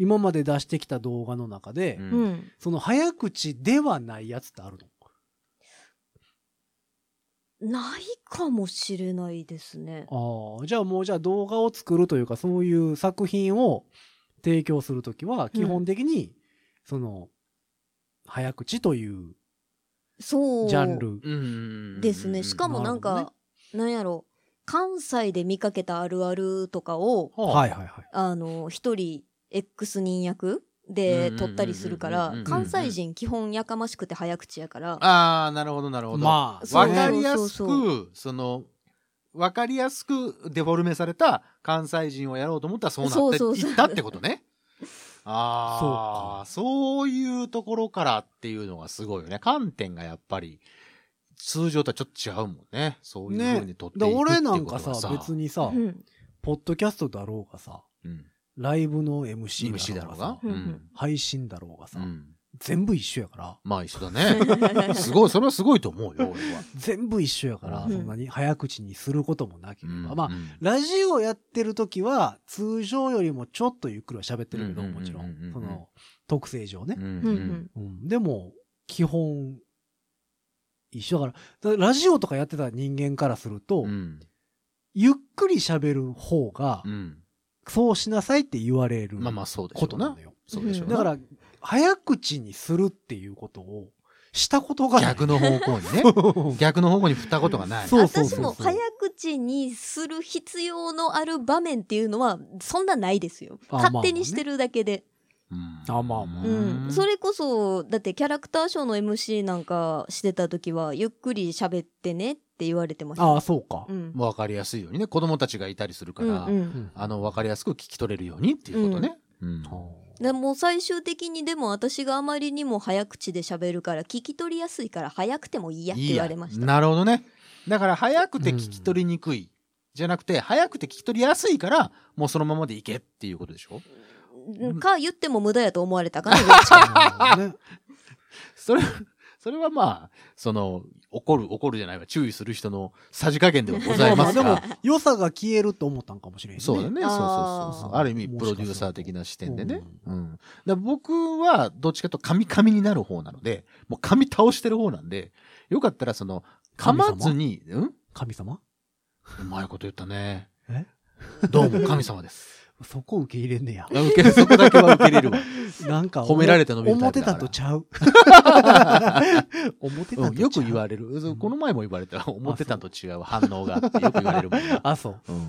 [SPEAKER 2] 今まで出してきた動画の中で、
[SPEAKER 3] うん
[SPEAKER 1] うん。
[SPEAKER 2] その早口ではないやつってあるの
[SPEAKER 1] ないかもしれないですね。
[SPEAKER 2] ああ、じゃあもうじゃあ動画を作るというか、そういう作品を提供するときは、基本的に、その、早口という
[SPEAKER 1] そう。
[SPEAKER 2] ジャンル。
[SPEAKER 3] うんうんうん。
[SPEAKER 1] ですね。しかもなん
[SPEAKER 2] なるほ
[SPEAKER 1] か、なんやろ。関西で見かけたあるあるとかを、
[SPEAKER 3] はあ
[SPEAKER 2] はいはいはい。
[SPEAKER 1] あの、一人 X 人役で撮ったりするか
[SPEAKER 3] うん
[SPEAKER 1] ら
[SPEAKER 3] うんうんうんうんうん、
[SPEAKER 1] 関西人基本やかましくて早口やから、
[SPEAKER 3] ああ、なるほど、なるほど。
[SPEAKER 2] まあ、
[SPEAKER 1] そう
[SPEAKER 3] わかりやす
[SPEAKER 1] そうそう
[SPEAKER 3] く、その、わかりやすくデフォルメされた関西人をやろうと思ったらそうな
[SPEAKER 1] そうそう
[SPEAKER 3] って
[SPEAKER 1] そう
[SPEAKER 3] いったってことね。ああ、そういうところからっていうのがすごいよね。観点がやっぱり、通常とはちょっと違うもんね。そういう風に撮ってい
[SPEAKER 2] だ
[SPEAKER 3] くっ
[SPEAKER 2] か
[SPEAKER 3] て
[SPEAKER 2] ら
[SPEAKER 3] いうことは
[SPEAKER 2] 俺なんかさ、別にさ、
[SPEAKER 1] うん
[SPEAKER 2] ポッドキャストだろうがさ、
[SPEAKER 3] うん、
[SPEAKER 2] ライブの MC だ
[SPEAKER 3] MC だ
[SPEAKER 2] ろ
[SPEAKER 3] ろ
[SPEAKER 2] う
[SPEAKER 3] う
[SPEAKER 2] が
[SPEAKER 3] が
[SPEAKER 2] さ、。
[SPEAKER 1] うん
[SPEAKER 2] 配信だろうが
[SPEAKER 3] う
[SPEAKER 2] さ、
[SPEAKER 3] ん。
[SPEAKER 2] 全部一緒やから、
[SPEAKER 3] まあ一緒だね。すごい、それはすごいと思うよ、俺は。
[SPEAKER 2] 全部一緒やから、
[SPEAKER 1] うん
[SPEAKER 2] そんなに早口にすることもなければ、まあ、
[SPEAKER 3] あ、
[SPEAKER 2] ラジオやってる時は、通常よりもちょっとゆっくりは喋ってるけど、
[SPEAKER 3] うんうんうんうん
[SPEAKER 2] もちろん。その、特性上ね
[SPEAKER 3] うん。
[SPEAKER 1] うんう
[SPEAKER 3] うん
[SPEAKER 1] ん
[SPEAKER 2] うんでも、基本、一緒だから、だからラジオとかやってた人間からすると、
[SPEAKER 3] うん。
[SPEAKER 2] ゆっくり喋る方が
[SPEAKER 3] う、ん。
[SPEAKER 2] そうしなさいって言われる
[SPEAKER 3] まあまあそうでしょ
[SPEAKER 2] こ
[SPEAKER 3] う
[SPEAKER 2] とな
[SPEAKER 3] な
[SPEAKER 2] の。よ。
[SPEAKER 3] そうでしょうな
[SPEAKER 2] だから、早口にするっていうことをしたことがない。
[SPEAKER 3] 逆の方向にね。逆の方向に振ったことがない。
[SPEAKER 2] そうそうそ
[SPEAKER 1] 私
[SPEAKER 2] う
[SPEAKER 1] も早口にする必要のある場面っていうのはそんなないですよ。
[SPEAKER 2] あ
[SPEAKER 1] 勝手にしてるだけで。
[SPEAKER 3] うん
[SPEAKER 2] あまあまあ
[SPEAKER 1] うん、それこそだってキャラクターショーの MC なんかしてた時はゆっくり喋ってねってって言われてました。
[SPEAKER 2] ああ、そうか。
[SPEAKER 1] うん。
[SPEAKER 3] わかりやすいようにね、子供たちがいたりするか
[SPEAKER 1] うん
[SPEAKER 3] ら、
[SPEAKER 1] うん。
[SPEAKER 3] あの、わかりやすく聞き取れるようにっていうことね。うん
[SPEAKER 1] でも最終的にでも私があまりにも早口で喋るから聞き取りやすいから早くてもいいやって言われました。
[SPEAKER 3] なるほどね。だから、早くて聞き取りにくい。じゃなくて、早くて聞き取りやすいから、もうそのままでいけっていうことでしょ
[SPEAKER 1] うんか言っても無駄やと思われた からどっちか
[SPEAKER 2] なるほどね
[SPEAKER 3] それ、それはまあ、その、怒る、怒るじゃないわ、注意する人のさじ加減ではござい ます
[SPEAKER 2] ま
[SPEAKER 3] が
[SPEAKER 2] あまあでも、良さが消えると思ったんかもしれへんね。
[SPEAKER 3] そうだね。そうそう
[SPEAKER 1] あー
[SPEAKER 3] そうそう。ある意味、プロデューサー的な視点でね
[SPEAKER 2] もしか。す
[SPEAKER 3] うん。だから僕は、どっちかというと、噛み噛みになる方なので、もう噛み倒してる方なんで、よかったら、その、噛まずに、うん
[SPEAKER 2] 神様
[SPEAKER 3] うまいこと言ったね。
[SPEAKER 2] え
[SPEAKER 3] どうも、神様です。
[SPEAKER 2] そこ受け入れんねや。
[SPEAKER 3] いや 受け、そこだけは受け入れるわ。
[SPEAKER 2] なんか、
[SPEAKER 3] 褒められて伸びるタ
[SPEAKER 2] 思
[SPEAKER 3] イ
[SPEAKER 2] っ
[SPEAKER 3] プ
[SPEAKER 2] て
[SPEAKER 3] だか
[SPEAKER 2] た
[SPEAKER 3] ら
[SPEAKER 2] とちゃう。 思ってたと
[SPEAKER 3] うん
[SPEAKER 2] ちゃう。
[SPEAKER 3] よく言わ
[SPEAKER 2] れ。
[SPEAKER 3] れる。そうこの前も言われた。思ってたんと違う反応があってよく言われるもんな
[SPEAKER 2] あ、そう。
[SPEAKER 3] うん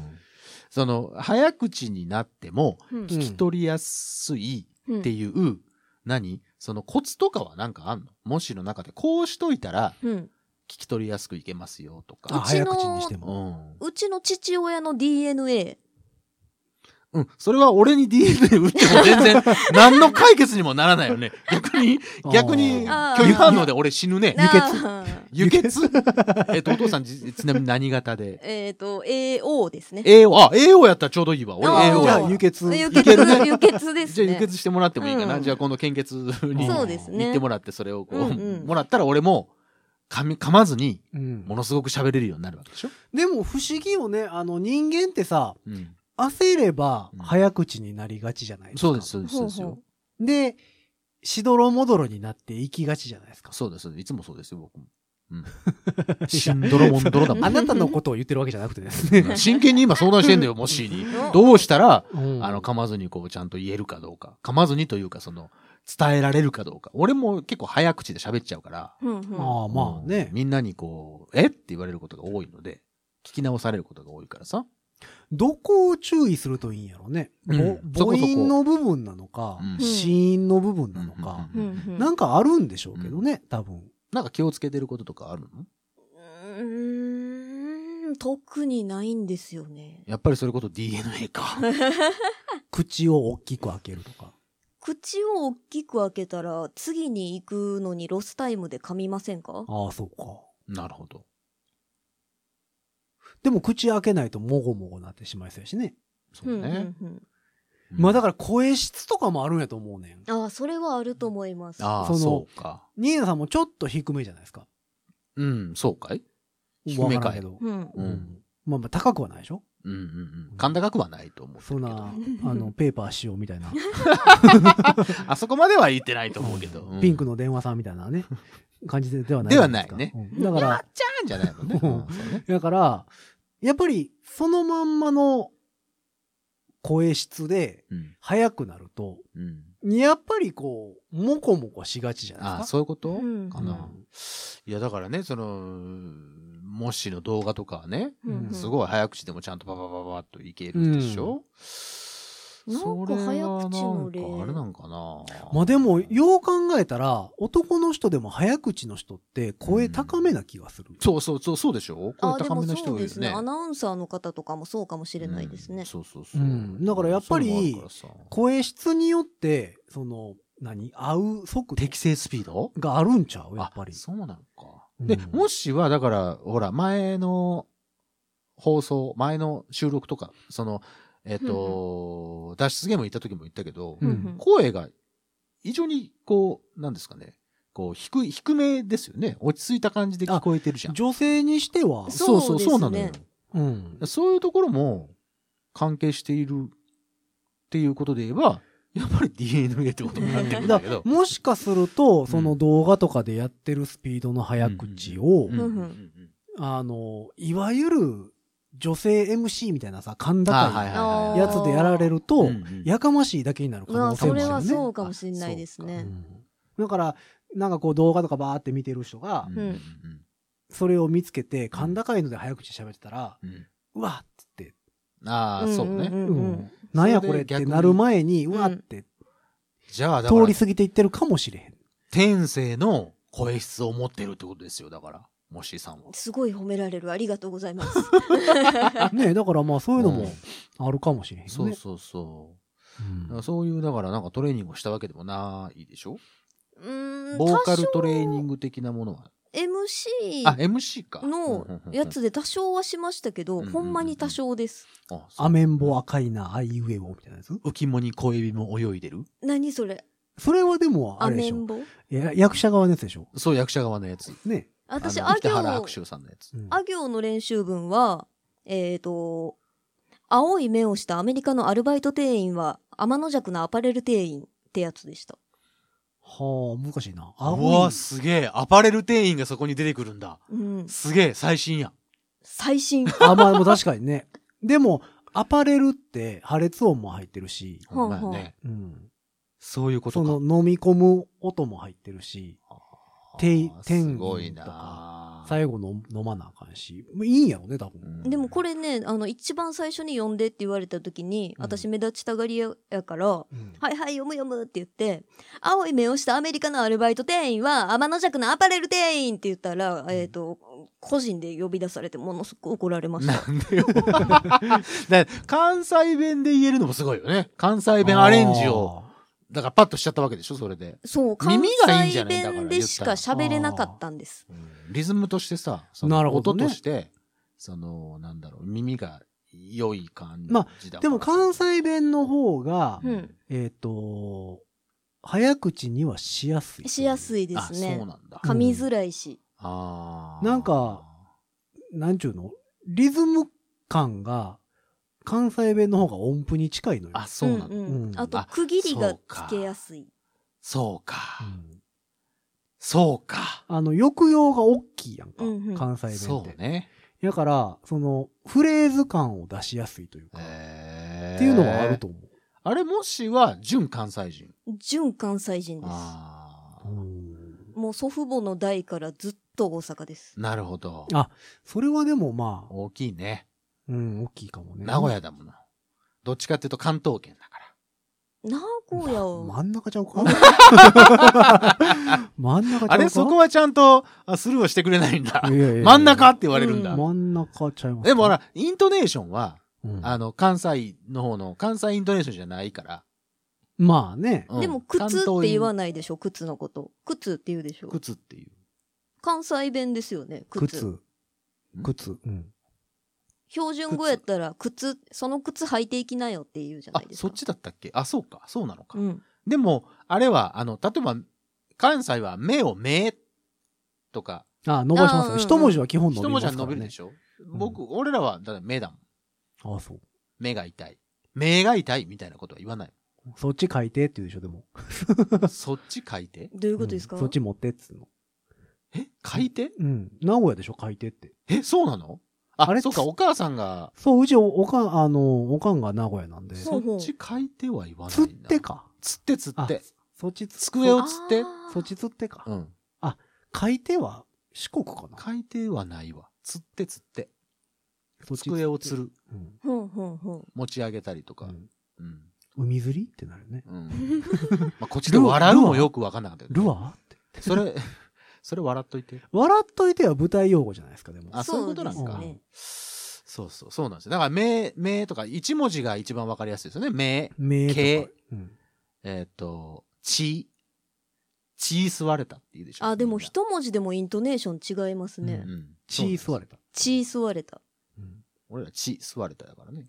[SPEAKER 3] その、早口になっても、
[SPEAKER 1] うん
[SPEAKER 3] 聞き取りやすいっていう、何そのコツとかはなんかあんのもしの中で、こうしといたら
[SPEAKER 1] うんうん
[SPEAKER 3] 聞き取りやすくいけますよと
[SPEAKER 2] あ
[SPEAKER 1] う
[SPEAKER 3] か。
[SPEAKER 1] ち
[SPEAKER 2] 早
[SPEAKER 1] の
[SPEAKER 2] 口にして
[SPEAKER 3] う
[SPEAKER 2] も。
[SPEAKER 3] ん。
[SPEAKER 1] うちの父親の DNA
[SPEAKER 3] うん。それは俺に DNA 打っても 全然、何の解決にもならないよね。逆に、逆に、
[SPEAKER 1] あー
[SPEAKER 3] 拒否反応で俺死ぬね。
[SPEAKER 1] な
[SPEAKER 3] 輸血 えっと、お父さんじ、ちなみに何型で
[SPEAKER 1] えっと AO ですね。
[SPEAKER 3] ?AO、あ、AO やったらちょうどいいわ。俺
[SPEAKER 1] あー
[SPEAKER 3] AO
[SPEAKER 2] じ
[SPEAKER 3] や
[SPEAKER 2] ゃ
[SPEAKER 3] わ
[SPEAKER 2] あ、輸血。
[SPEAKER 1] 輸
[SPEAKER 3] いけるね
[SPEAKER 1] 血輸血ですね。
[SPEAKER 3] じゃあ輸血してもらってもいいかな、
[SPEAKER 1] うん
[SPEAKER 3] じゃあ今度献血に
[SPEAKER 2] そうです
[SPEAKER 1] ね
[SPEAKER 3] 行ってもらってそれをこう、
[SPEAKER 1] うんうん
[SPEAKER 3] もらったら俺も噛み噛まずに
[SPEAKER 2] うん
[SPEAKER 3] ものすごく喋れるようになるわけでしょ、
[SPEAKER 2] でも、不思議よね。あの、人間ってさ、
[SPEAKER 3] うん、
[SPEAKER 2] 焦れば
[SPEAKER 3] うん
[SPEAKER 2] 早口になりがちじゃないですか。
[SPEAKER 3] そうですそうですそうです
[SPEAKER 1] ほう
[SPEAKER 3] よ
[SPEAKER 1] ほ
[SPEAKER 2] で、しどろもどろになっていきがちじゃないですか。
[SPEAKER 3] そうですそうですいつもそうですよ僕も、うん、シンドロモンドロだも ん
[SPEAKER 2] あなたのことを言ってるわけじゃなくてですね。
[SPEAKER 3] 真剣に今相談してんだ よモッシーに
[SPEAKER 1] うん
[SPEAKER 3] どうしたら
[SPEAKER 2] うん
[SPEAKER 3] あの噛まずにこうちゃんと言えるかどうか噛まずにというかその伝えられるかどうか俺も結構早口で喋っちゃうから
[SPEAKER 1] うんうん
[SPEAKER 2] まあまあね
[SPEAKER 3] うん。みんなにこうえって言われることが多いので聞き直されることが多いからさ、
[SPEAKER 2] どこを注意するといいんやろね。
[SPEAKER 3] うん
[SPEAKER 2] ぼ
[SPEAKER 3] そ
[SPEAKER 2] 母
[SPEAKER 3] こそこ
[SPEAKER 2] 音の部分なのか、
[SPEAKER 3] うん
[SPEAKER 2] 子音の部分なのか、
[SPEAKER 1] うんうん
[SPEAKER 2] なんかあるんでしょうけどね、多分。
[SPEAKER 3] なんか気をつけてることとかあるの
[SPEAKER 1] うーん特にないんですよね。
[SPEAKER 3] やっぱりそれこそ DNA か。
[SPEAKER 2] 口を大きく開けるとか。
[SPEAKER 1] 口を大きく開けたら次に行くのにロスタイムで噛みませんか
[SPEAKER 2] ああ、そうか。
[SPEAKER 3] なるほど。
[SPEAKER 2] でも口開けないともごもごなってしまいそうやしね。
[SPEAKER 3] そうね。
[SPEAKER 1] うんうん
[SPEAKER 2] まあだ
[SPEAKER 3] か
[SPEAKER 2] から声質とかもあるんやと思うねん。
[SPEAKER 1] うん、ああそれはあると思います。
[SPEAKER 3] ああ、
[SPEAKER 2] その
[SPEAKER 3] そうか。
[SPEAKER 2] ニーナさんもちょっと低めじゃないですか。
[SPEAKER 3] うん、そうかい低
[SPEAKER 2] わ
[SPEAKER 3] め
[SPEAKER 2] か
[SPEAKER 3] からい
[SPEAKER 2] んけど。
[SPEAKER 1] うん
[SPEAKER 3] う
[SPEAKER 2] うんん。まあまあ高くはないでしょ
[SPEAKER 3] うんうんうん。甲高くはないと思う。
[SPEAKER 2] そんな、あの、ペーパーしようみたいな。
[SPEAKER 3] あそこまでは言ってないと思うけど。
[SPEAKER 2] ピンク
[SPEAKER 3] の。
[SPEAKER 2] の電話さんみたいなね、感じでではない
[SPEAKER 3] で
[SPEAKER 2] じゃ
[SPEAKER 3] は
[SPEAKER 2] で
[SPEAKER 3] な
[SPEAKER 2] す
[SPEAKER 3] い
[SPEAKER 2] か
[SPEAKER 3] ね。
[SPEAKER 2] うんだか
[SPEAKER 3] やっ
[SPEAKER 2] ら、
[SPEAKER 3] ちゃーんじゃないもんね。
[SPEAKER 2] うん
[SPEAKER 3] うんそうね
[SPEAKER 2] だから、やっぱり、そのまんまの声質で、
[SPEAKER 3] うん
[SPEAKER 2] 速くなると、
[SPEAKER 3] うん。
[SPEAKER 2] やっぱりこう、もこもこしがちじゃない
[SPEAKER 3] ああ、
[SPEAKER 2] ですか。
[SPEAKER 3] そういうこと
[SPEAKER 1] うん
[SPEAKER 3] かな
[SPEAKER 2] うん。
[SPEAKER 3] いや、だからね、その、もしの動画とかはね、
[SPEAKER 1] うんうん
[SPEAKER 3] すごい早口でもちゃんとパパパパパッといけるでしょ、
[SPEAKER 1] なんか早口の例
[SPEAKER 3] それはなんかあれなんかな
[SPEAKER 2] まあでも、よう考えたら、男の人でも早口の人って声高めな気がする。
[SPEAKER 3] そうそうそう、そうでしょ
[SPEAKER 1] あ
[SPEAKER 3] 声
[SPEAKER 1] あで
[SPEAKER 3] 高
[SPEAKER 1] も
[SPEAKER 3] めの人
[SPEAKER 1] そ
[SPEAKER 3] が
[SPEAKER 1] う
[SPEAKER 3] い
[SPEAKER 1] で
[SPEAKER 3] る
[SPEAKER 1] すね
[SPEAKER 3] ね。
[SPEAKER 1] アナウンサーの方とかもそうかもしれないです
[SPEAKER 3] う
[SPEAKER 1] ね
[SPEAKER 3] ん。そうそうそう。
[SPEAKER 2] うんだからやっぱり
[SPEAKER 3] そういうのもあるからさ
[SPEAKER 2] 声質によって、その、何合う速度
[SPEAKER 3] 適正スピード
[SPEAKER 2] があるんちゃうやっぱり
[SPEAKER 3] あ。そうなのか。
[SPEAKER 2] うん
[SPEAKER 3] で、もしは、だから、ほら、前の放送、前の収録とか、その、えっと、脱出ゲーム行った時も言ったけど
[SPEAKER 2] う、ん
[SPEAKER 3] 声が、非常に、こう、なんですかね、こう、低い、低めですよね。落ち着いた感じで聞こえてるじゃん。
[SPEAKER 2] 女性にしては、
[SPEAKER 3] そうそう、そうな
[SPEAKER 1] そう
[SPEAKER 3] の
[SPEAKER 1] です
[SPEAKER 3] よ
[SPEAKER 1] ね。
[SPEAKER 2] うん。
[SPEAKER 3] そういうところも関係しているっていうことで言えば、やっぱり DNA ってことになってくるんだ
[SPEAKER 2] だ
[SPEAKER 3] けど。
[SPEAKER 2] もしかすると、その動画とかでやってるスピードの早口を、
[SPEAKER 3] うんうんうん
[SPEAKER 2] あの、いわゆる女性 MC みたいなさ、甲
[SPEAKER 3] あはい
[SPEAKER 2] 高
[SPEAKER 3] はいい
[SPEAKER 2] やつでやられる
[SPEAKER 3] う
[SPEAKER 2] と
[SPEAKER 3] んう、ん
[SPEAKER 2] やかましいだけになる可
[SPEAKER 1] まあ
[SPEAKER 2] 能性
[SPEAKER 1] そ
[SPEAKER 2] もある
[SPEAKER 1] れ
[SPEAKER 2] よ
[SPEAKER 1] は
[SPEAKER 2] ね。
[SPEAKER 1] そうかもしれないです
[SPEAKER 2] う
[SPEAKER 1] ね。
[SPEAKER 2] んだから、なんかこう動画とかバーって見てる人が
[SPEAKER 3] うん、うん
[SPEAKER 2] それを見つけて、甲高いので早口で喋ってたら、
[SPEAKER 3] うんうん
[SPEAKER 2] うわっつって、
[SPEAKER 3] ああ、
[SPEAKER 1] ん
[SPEAKER 3] そうんね。
[SPEAKER 1] んうん
[SPEAKER 2] うんなんやこれってなる前に、
[SPEAKER 1] 逆
[SPEAKER 2] う
[SPEAKER 1] に
[SPEAKER 2] わって
[SPEAKER 3] じゃあ、だか
[SPEAKER 2] 通
[SPEAKER 3] ら
[SPEAKER 2] り、過ぎていってるかもしれへん。
[SPEAKER 3] 天性の声質を持ってるってことですよ、だから。モッシーさんを。
[SPEAKER 1] すごい褒められる。ありがとうございます。
[SPEAKER 2] ねだからまあそういうのも
[SPEAKER 3] ん
[SPEAKER 2] あるかもしれへんよ
[SPEAKER 3] そう
[SPEAKER 2] ね。
[SPEAKER 3] そうそ
[SPEAKER 2] う
[SPEAKER 3] う。
[SPEAKER 2] ん
[SPEAKER 3] だからそういう、だからなんかトレーニングをしたわけでもないでしょ
[SPEAKER 1] うーん、
[SPEAKER 3] ボーカルトレーニ
[SPEAKER 1] グ。
[SPEAKER 3] ング的なものは。あ、
[SPEAKER 1] MC
[SPEAKER 3] MC か。
[SPEAKER 1] のやつで多少はしましたけ
[SPEAKER 3] うん
[SPEAKER 1] ど、
[SPEAKER 3] うんうん
[SPEAKER 1] ほんまに多少です。
[SPEAKER 3] うんうんうん。あそう
[SPEAKER 2] アメンボ赤いな、あいうえおみたいなやつ
[SPEAKER 3] 浮きもに小エビも泳いでる
[SPEAKER 1] 何それ
[SPEAKER 2] それはでもあ
[SPEAKER 1] ア
[SPEAKER 2] れで
[SPEAKER 1] メ
[SPEAKER 2] し
[SPEAKER 1] ン
[SPEAKER 2] ょ。
[SPEAKER 1] ボ
[SPEAKER 2] や役者側のやつでしょ。
[SPEAKER 3] そう、役者側のやつ。
[SPEAKER 2] ね。
[SPEAKER 1] 私、
[SPEAKER 3] あ
[SPEAKER 1] あ
[SPEAKER 3] の北
[SPEAKER 1] 行、
[SPEAKER 3] 原白秋さんのやつ
[SPEAKER 2] う。ん
[SPEAKER 1] あ行の練習文は、えっ、と、青い目をしたアメリカのアルバイト店員は天の弱なアパレル店員ってやつでした。
[SPEAKER 2] はあ、難しいな。
[SPEAKER 3] う
[SPEAKER 2] 青
[SPEAKER 3] わ、
[SPEAKER 2] い。
[SPEAKER 3] すげえ。アパレル店員がそこに出てくるんだ。
[SPEAKER 1] うん。
[SPEAKER 3] すげえ、最新やん。
[SPEAKER 1] 最新。
[SPEAKER 2] あ、まあでも確かにね。でも、アパレルって破裂音も入ってるし、
[SPEAKER 1] ほうほう
[SPEAKER 3] ほんまやね。
[SPEAKER 2] うん。
[SPEAKER 3] そういうこと
[SPEAKER 2] そ
[SPEAKER 3] か。
[SPEAKER 2] の飲み込む音も入ってるし、て
[SPEAKER 3] あ
[SPEAKER 2] 天
[SPEAKER 3] ーすごい
[SPEAKER 2] と
[SPEAKER 3] な
[SPEAKER 2] 最後の飲まなあかんし、もういいんやろね、多分。
[SPEAKER 1] でもこ
[SPEAKER 3] れ、
[SPEAKER 1] れね、あの、一番最初に読んでって言われた時に、
[SPEAKER 2] うん
[SPEAKER 1] 私目立ちたがりややから、
[SPEAKER 2] うん
[SPEAKER 1] はいはい、読む読むって言って、青い目をしたアメリカのアルバイト店員は、天の弱なアパレル店員って言ったら、えっ、と、個人で呼び出されて、ものすごく怒られました。
[SPEAKER 3] なん でよ。 だから関西弁で言えるのもすごいよね。関西弁アレンジを。だからパッとしちゃったわけでしょ、それで。
[SPEAKER 1] そう、関
[SPEAKER 3] 耳がいいんじ
[SPEAKER 1] 西
[SPEAKER 3] ゃないだから
[SPEAKER 1] 弁でしか喋れなかったんです。
[SPEAKER 3] リズムとしてさ、そ
[SPEAKER 2] な
[SPEAKER 3] の
[SPEAKER 2] るほ
[SPEAKER 3] 音
[SPEAKER 2] どね
[SPEAKER 3] として、その、なんだろう、耳が良い感じだ
[SPEAKER 2] ま
[SPEAKER 3] から
[SPEAKER 2] あ。でも関西弁の方が、
[SPEAKER 1] うん
[SPEAKER 2] えっ、と、早口にはしやすい。
[SPEAKER 1] しやすいで
[SPEAKER 3] あ、
[SPEAKER 1] す
[SPEAKER 3] そう
[SPEAKER 1] ね。
[SPEAKER 3] なんだ。
[SPEAKER 1] 噛みづらいし。
[SPEAKER 3] あー
[SPEAKER 2] なんか、なんちゅうのリズム感が関西弁の方が音符に近いのよ。
[SPEAKER 3] あ、そうなんだ。
[SPEAKER 1] んん
[SPEAKER 2] うん
[SPEAKER 1] あと
[SPEAKER 3] あ、
[SPEAKER 1] 区切りが
[SPEAKER 3] そうか
[SPEAKER 1] つけやすい。
[SPEAKER 3] そうか。
[SPEAKER 2] うん
[SPEAKER 3] そうか。
[SPEAKER 2] あの、抑揚が大きいやんか、
[SPEAKER 1] うんうん
[SPEAKER 2] 関西弁って。
[SPEAKER 3] そうね。
[SPEAKER 2] だから、その、フレーズ感を出しやすいというか、
[SPEAKER 3] えー
[SPEAKER 2] っていうのはあると思う。
[SPEAKER 3] あれ、もしは、純関西人。
[SPEAKER 1] 純関西人です。
[SPEAKER 3] あ
[SPEAKER 2] う
[SPEAKER 3] あ。
[SPEAKER 2] ん
[SPEAKER 1] もう祖父母の代からずっと大阪です。
[SPEAKER 3] なるほど。
[SPEAKER 2] あそれはでもまあ、
[SPEAKER 3] 大きいね。
[SPEAKER 2] うん、大きいかもね。
[SPEAKER 3] 名古屋だもんな。どっちかっていうと関東圏だから。
[SPEAKER 1] 名古屋を、
[SPEAKER 2] 真ん中ちゃう か 真ん中ちゃうか
[SPEAKER 3] あれそこはちゃんとあスルーをしてくれないんだ。
[SPEAKER 2] いやいやいや
[SPEAKER 3] 真ん中って言われるんだ。
[SPEAKER 2] 真ん中ちゃいますか
[SPEAKER 3] でもほ、ら、イントネーションは、
[SPEAKER 2] うん
[SPEAKER 3] あの、関西の方の、関西イントネーションじゃないから。
[SPEAKER 2] まあね。
[SPEAKER 3] うん
[SPEAKER 1] でも靴って言わ
[SPEAKER 3] 関
[SPEAKER 1] ないでしょ、靴のこと。靴って言うでしょ
[SPEAKER 3] 東。靴っていう。
[SPEAKER 1] 関西弁ですよね、靴。
[SPEAKER 2] 靴。靴。うん。
[SPEAKER 1] 標準語やったら、靴、その靴履いていきなよって言うじゃな
[SPEAKER 3] あ
[SPEAKER 1] い、です
[SPEAKER 3] そ
[SPEAKER 1] か。
[SPEAKER 3] っちだったっけあ、そうか。そうなのか。
[SPEAKER 1] うん。
[SPEAKER 3] でも、あれは、あの、例えば、関西は目を目とか、
[SPEAKER 2] あ、伸ばしま
[SPEAKER 1] あ
[SPEAKER 2] す
[SPEAKER 1] ー
[SPEAKER 2] ね。一文字は基本伸び
[SPEAKER 3] 一文
[SPEAKER 2] ます
[SPEAKER 3] 字
[SPEAKER 2] から、ね。
[SPEAKER 3] は伸びるでしょ、僕、俺らは、だって目だもん。
[SPEAKER 2] ょ。あ、そう。
[SPEAKER 3] 目が痛い。目が痛いみたいなことは言わない。
[SPEAKER 2] そっち書いてって言うでしょ、でも。
[SPEAKER 3] そっち書いて
[SPEAKER 1] どういうこと
[SPEAKER 2] ん
[SPEAKER 1] ですか、
[SPEAKER 2] そっち持ってっつうの。
[SPEAKER 3] え書いて
[SPEAKER 2] うん。名古屋でしょ、書いてって。
[SPEAKER 3] え、そうなのあ、
[SPEAKER 2] あれ
[SPEAKER 3] そうか、お母さんが、
[SPEAKER 2] そう、うちお、おかん、あの、おかんが名古屋なんで。
[SPEAKER 1] そ
[SPEAKER 3] そう
[SPEAKER 1] ほ
[SPEAKER 3] っ
[SPEAKER 1] う
[SPEAKER 3] ち書いては言わないな。
[SPEAKER 2] 釣って。か。
[SPEAKER 3] 釣って釣って。
[SPEAKER 2] そっちつ、
[SPEAKER 3] 机を
[SPEAKER 1] あー
[SPEAKER 3] 釣って。
[SPEAKER 2] そっち釣ってか。
[SPEAKER 3] うん。
[SPEAKER 2] 書いては四国かな。
[SPEAKER 3] 書いてはないわ。釣って釣って。
[SPEAKER 2] そっち
[SPEAKER 3] 机を釣る。
[SPEAKER 2] うん。
[SPEAKER 1] ほんほんほん。
[SPEAKER 3] 持ち上げたりと
[SPEAKER 2] う
[SPEAKER 3] か。
[SPEAKER 2] ん
[SPEAKER 3] うん。
[SPEAKER 2] 海釣りってなるね。
[SPEAKER 3] うん。まあ、こっちで笑うもよくわかんなかったけ
[SPEAKER 2] ル
[SPEAKER 3] ど。
[SPEAKER 2] アーって。
[SPEAKER 3] それ、それ笑っといて。
[SPEAKER 2] 笑っといては舞台用語じゃないですか、でも。
[SPEAKER 3] あ、そういうことなん
[SPEAKER 1] そう
[SPEAKER 3] か
[SPEAKER 1] ですね。
[SPEAKER 3] そうそう、そうなんですよ。だから、目、目とか、一文字が一番わかりやすいですよね。目、
[SPEAKER 2] 名と
[SPEAKER 3] け
[SPEAKER 2] か。うん。
[SPEAKER 3] えっ、と、血、血吸われたっていうでしょ。
[SPEAKER 1] あ、でも
[SPEAKER 3] みんな
[SPEAKER 1] 一文字でもイントネーション違いますね。
[SPEAKER 3] うん。
[SPEAKER 2] 血吸われた。
[SPEAKER 1] 血吸われた。
[SPEAKER 2] うん
[SPEAKER 3] 俺ら血吸われただからね。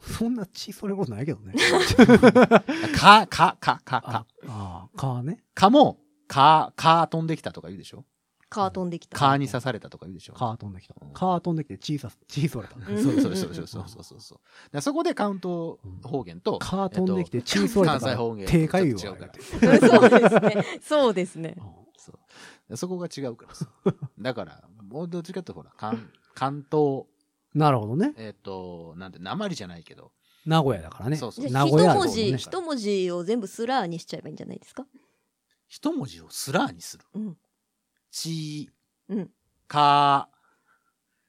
[SPEAKER 2] そんな血それことないけ どね。
[SPEAKER 3] か、か、か、か、
[SPEAKER 2] あ
[SPEAKER 3] か。、
[SPEAKER 2] あー、かね。
[SPEAKER 3] かも、か、か飛んできたとか言うでしょ
[SPEAKER 1] カートンできた。
[SPEAKER 3] かに刺されたとか言うでしょ
[SPEAKER 2] カー飛んできた
[SPEAKER 3] うん。
[SPEAKER 2] カー飛んできて、小さ、小された。
[SPEAKER 1] うん
[SPEAKER 3] そうそうそうそうそうそうそうそう。だからそこでカウント方言と、
[SPEAKER 2] カー飛んでき
[SPEAKER 3] え
[SPEAKER 2] て、
[SPEAKER 3] っと
[SPEAKER 2] 小されたか
[SPEAKER 3] 関西
[SPEAKER 2] ら
[SPEAKER 3] 方言、と
[SPEAKER 2] 低下言
[SPEAKER 3] ちょっ
[SPEAKER 2] わ
[SPEAKER 3] と違うから。
[SPEAKER 1] そうですね。そうですね。
[SPEAKER 3] そうそこが違うからさ。だから、もうどっちかっていうとほら、関関東、
[SPEAKER 2] なるほどね。
[SPEAKER 3] えっ、と、なんて、鉛じゃないけど。
[SPEAKER 2] 名古屋だからね。
[SPEAKER 3] そうそう
[SPEAKER 1] じ
[SPEAKER 2] 名
[SPEAKER 1] ゃあ一
[SPEAKER 2] 古屋
[SPEAKER 1] 文字、
[SPEAKER 2] ね。
[SPEAKER 1] 一文字を全部スラーにしちゃえばいいんじゃないですか
[SPEAKER 3] 一文字をスラーにする。
[SPEAKER 1] うん。
[SPEAKER 3] ち、
[SPEAKER 1] うん。
[SPEAKER 3] か、